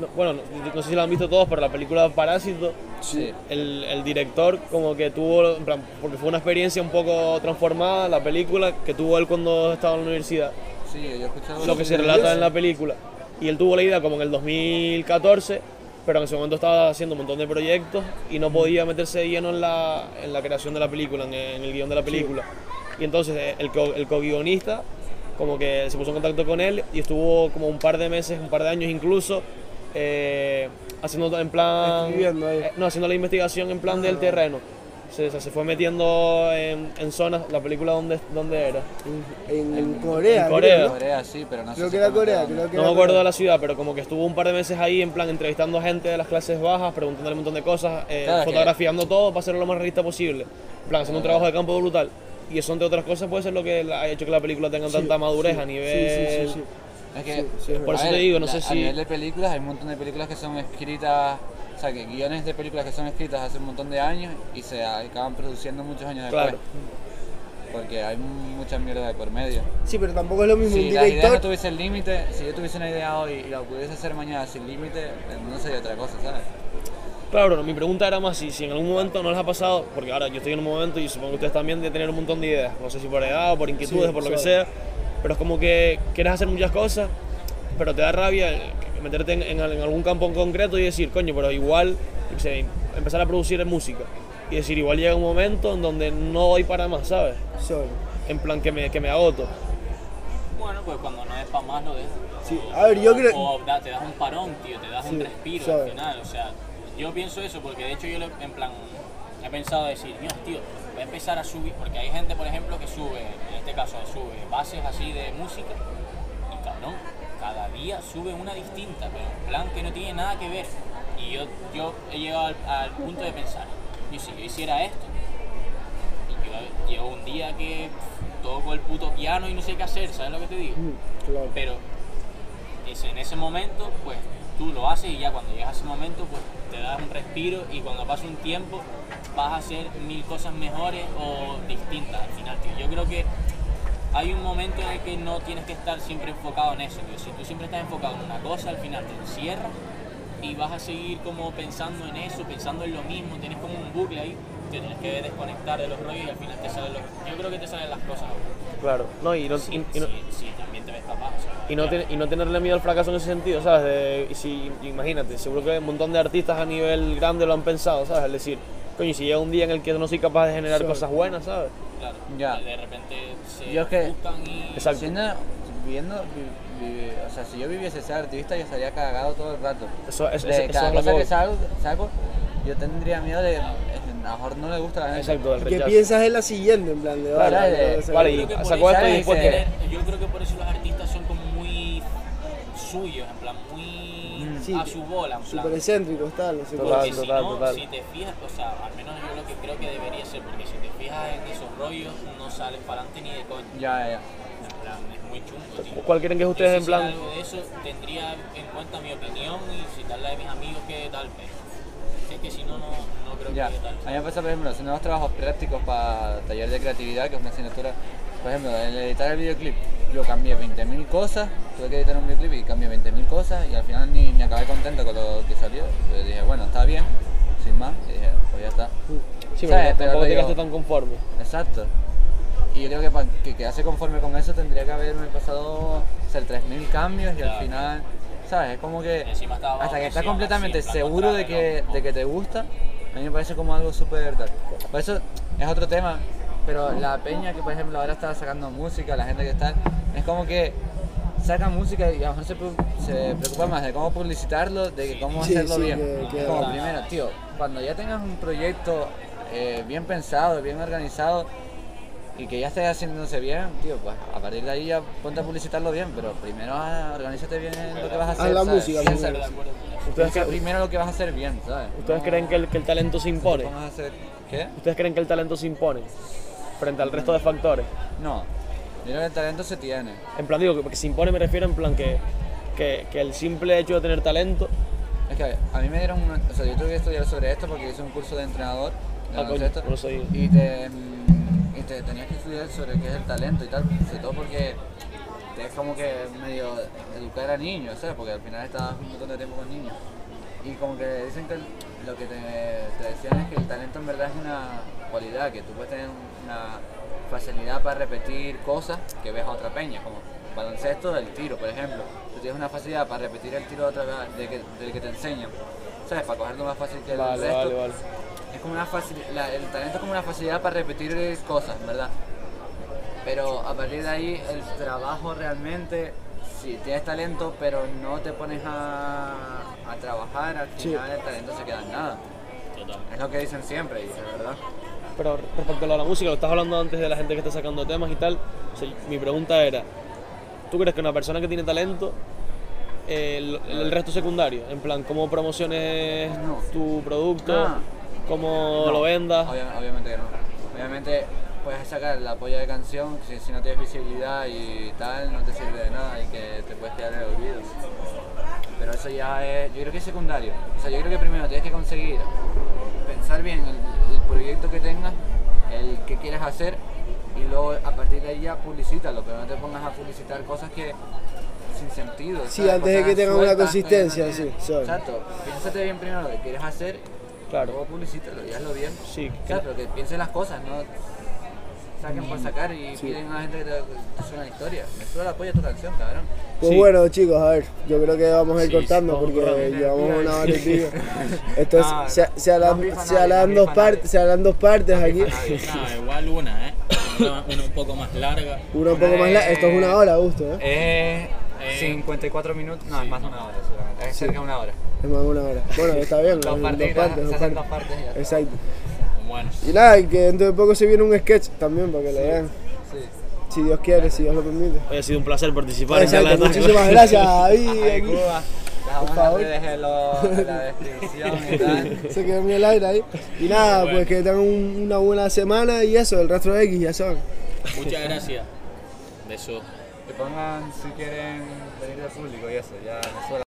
No, bueno, no, no sé si la han visto todos, pero la película Parásito, Sí. el, el director como que tuvo, en plan, porque fue una experiencia un poco transformada, la película que tuvo él cuando estaba en la universidad, Sí, yo he escuchado. lo que se relata en la película. Y él tuvo la idea como en el 2014, pero en ese momento estaba haciendo un montón de proyectos y no podía meterse de lleno en la, en la creación de la película, en, en el guión de la película. Y entonces eh, el, co- el co-guionista como que se puso en contacto con él y estuvo como un par de meses, un par de años incluso, eh, haciendo en plan... Escribiendo ahí. Ah, eh, no, haciendo la investigación en plan del terreno. Se, o sea, se fue metiendo en, en zonas, la película donde, donde era. En, en Corea. en Corea. creo, ¿no? Corea, sí, pero no sé. Creo si que era fue Corea, Mateo, creo que No era me acuerdo Corea. de la ciudad, pero como que estuvo un par de meses ahí, en plan, entrevistando a gente de las clases bajas, preguntándole un montón de cosas, eh, Claro, es que- fotografiando todo para hacerlo lo más realista posible. En plan, haciendo un trabajo de campo brutal. Y eso, entre otras cosas, puede ser lo que la- ha hecho que la película tenga tanta madurez a nivel... Sí, sí, sí, sí. Es que, a Por eso ver, te digo, no la- sé A si- nivel de películas, hay un montón de películas que son escritas, o sea, que guiones de películas que son escritas hace un montón de años y se acaban produciendo muchos años después. Claro. Porque hay mucha mierda de por medio. Sí, pero tampoco es lo mismo Si un la idea no director. tuviese el límite, si yo tuviese una idea hoy y la pudiese hacer mañana sin límite, no sería otra cosa, ¿sabes? Claro, no, mi pregunta era más si, si en algún momento no les ha pasado, porque ahora yo estoy en un momento y supongo que ustedes también de tener un montón de ideas, no sé si por edad o por inquietudes, Sí, por lo que claro. sea, pero es como que quieres hacer muchas cosas, pero te da rabia el- meterte en, en al- en algún campo en concreto y decir, coño, pero igual, yo qué sé, empezar a producir música y decir, igual llega un momento en donde no doy para más, ¿sabes? Sorry. En plan que me, que me agoto. Bueno, pues cuando no es para más, no dejas. Sí, a ver, yo O- creo- O da- te das un parón, tío, te das un Sí, respiro sabe. al final. O sea, yo pienso eso porque de hecho yo lo- en plan he pensado decir, Dios, tío, voy a empezar a subir. Porque hay gente, por ejemplo, que sube, en este caso, sube bases así de música y cabrón, cada día sube una distinta, pero en plan que no tiene nada que ver. Y yo, yo he llegado al, al punto de pensar, y si yo hiciera esto, y yo llevo un día que pff, toco el puto piano y no sé qué hacer, ¿sabes lo que te digo? Claro. Pero es- en ese momento, pues tú lo haces y ya cuando llegas a ese momento, pues te das un respiro y cuando pasa un tiempo vas a hacer mil cosas mejores o distintas al final, tío. Yo creo que hay un momento en el que no tienes que estar siempre enfocado en eso, tío. Si tú siempre estás enfocado en una cosa, al final te encierras y vas a seguir como pensando en eso, pensando en lo mismo, tienes como un bucle ahí, te tienes que desconectar de los rollos y al final te salen los... Yo creo que te salen las cosas, güey. Claro, no, y no, Sí, y- y no- sí, sí, también te ves capaz, o sea, y no, ten- y no tenerle miedo al fracaso en ese sentido, ¿sabes? De- y si, imagínate, seguro que un montón de artistas a nivel grande lo han pensado, ¿sabes? Es decir, coño, si llega un día en el que no soy capaz de generar cosas buenas, ¿sabes? Claro, Ya. de repente se Yo es que- gustan y... Exacto. Siendo, viendo, vi- vi- o sea, si yo viviese ser artista, yo estaría cagado todo el rato. Eso, es- de es- eso cada es lo cosa que que voy. salgo, saco, yo tendría miedo de. A lo mejor no le gusta a la gente. Exacto, del ¿Y ¿Qué rechazo. piensas en la siguiente? En plan, de Claro, vale, de- o sea, vale, Yo creo que por eso- sacó esto y ¿sabes? después Tener- qué. Yo creo que por eso los artistas son como muy suyos, en plan, muy Mm. Sí, a su bola, en plan. Súper excéntricos, tal, no sé Total. Porque cuál. si total, no, total. si te fijas, o sea, al menos yo lo que creo que debería ser, porque si te fijas en esos rollos, no sales para adelante ni de coño. Ya, ya. En plan, es muy chungo, tío. ¿Cuál quieren que es ustedes Yo en si plan? hiciera algo de eso, tendría en cuenta mi opinión y si tal la de mis amigos que tal, pero es que si no, no, no creo Ya, a que tal. mí me pasa, por ejemplo, hacer nuevos trabajos prácticos para taller de creatividad, que es una asignatura. Por ejemplo, el editar el videoclip, yo cambié 20.000 cosas, tuve que editar un videoclip y cambié 20.000 cosas y al final ni, ni acabé contento con lo que salió. Yo dije, bueno, está bien, sin más, y dije, pues ya está. Sí, pero ¿Sabes? Pero no- tampoco te digo- quedaste tan conforme. Exacto. Y yo creo que para que quedarse conforme con eso tendría que haberme pasado hacer 3.000 cambios y Claro. al final, ¿sabes? Es como que Encima estaba bajo hasta que estás presión, completamente así, en plan seguro de que, contrarreloj, ¿no? de que te gusta, a mí me parece como algo súper tal. Por eso es otro tema, pero la peña que por ejemplo ahora está sacando música, la gente que está, es como que saca música y a lo mejor se, pre- se preocupa más de cómo publicitarlo, de que cómo Sí, hacerlo sí, bien. que- que- Es como primero, tío, cuando ya tengas un proyecto eh, bien pensado, bien organizado, y que ya estés haciéndose bien, tío, pues a partir de ahí ya ponte a publicitarlo bien, pero primero ah, organízate bien en lo que vas a Haz hacer. la ¿sabes? música, Piensa- la música. ¿Ustedes, piensa cre- primero lo que vas a hacer bien, ¿sabes? ustedes creen que el, que el talento se impone? Vamos a hacer. ¿Qué? ¿Ustedes creen que el talento se impone frente al resto de factores? No. Yo creo que el talento se tiene. En plan, digo, que que se impone me refiero en plan que, que, que el simple hecho de tener talento Es que a mí me dieron una, o sea, yo tuve que estudiar sobre esto porque hice un curso de entrenador de Ah, coño, baloncesto, no lo sabía. y te mm, y te tenías que estudiar sobre qué es el talento y tal, sobre todo porque es como que medio educar a niños, ¿sabes? Porque al final estabas un montón de tiempo con niños. Y como que dicen que el- lo que te, te decían es que el talento en verdad es una cualidad, que tú puedes tener una facilidad para repetir cosas que ves a otra peña, como baloncesto del tiro, por ejemplo. Tú tienes una facilidad para repetir el tiro de otra, de que, del que te enseñan, ¿sabes? Para cogerlo más fácil que el Vale, resto. vale, vale. Es como una facil- la- el talento es como una facilidad para repetir eh, cosas, ¿verdad? Pero a partir de ahí, el trabajo realmente, si tienes talento, pero no te pones a, a trabajar, al Sí. final el talento se queda en nada. Total. Es lo que dicen siempre, y es verdad. Pero respecto a lo de la música, lo estás hablando antes de la gente que está sacando temas y tal. o sea, mi pregunta era, ¿tú crees que una persona que tiene talento, eh, el, el resto secundario, en plan, cómo promociones No. tu producto, Ah. cómo No, lo vendas? obvia- obviamente que no. Obviamente puedes sacar la polla de canción, si, si no tienes visibilidad y tal, no te sirve de nada y que te puedes quedar en el olvido. Pero eso ya es, yo creo que es secundario. O sea, yo creo que primero tienes que conseguir pensar bien el, el proyecto que tengas, el que quieres hacer y luego a partir de ahí ya publicítalo, pero no te pongas a publicitar cosas que sin sentido. Sí, ¿sabes? antes de Cosas que tengan una sueltas que no consistencia, tienen- sí, sorry. Exacto, piénsate bien primero lo que quieres hacer Claro. Luego publicítalo y hazlo bien. Sí, O sea, pero que piensen las cosas, no saquen Mm. por sacar y piden a la gente que te, que te suene la historia. Me suena la polla tu canción, cabrón. Pues Sí. bueno, chicos, a ver, yo creo que vamos a ir Sí, cortando vamos porque cortando. llevamos una hora y pico. Entonces, No, se, se no harán, rifa se nadie, harán no dos rifa partes, se harán dos partes aquí. Nada, igual una, ¿eh? Una, una un poco más larga. Una un poco más larga, esto es una hora, gusto, ¿eh? Eh, Eh, 54 minutos, no, es más de una hora seguramente, es cerca de una hora. Es más de una hora. Bueno, está bien, Dos dos partidas, partes, se dos hacen dos partes. partes y ya. Exacto. Bueno, Y nada, y que dentro de poco se viene un sketch también para que lo vean. Si Dios quiere, si Dios lo permite. Hoy ha sido un placer participar. en Exacto, Hablando- muchísimas gracias, David. Ay, aquí. Cuba, dejamos las favor. redes en, lo- en la descripción y tal. Se quedó en el aire ahí. Y nada, Bueno. pues que tengan un- una buena semana y eso, el rastro X, ya saben. muchas gracias. Besos. Que pongan si quieren venir de público y eso, ya me suena.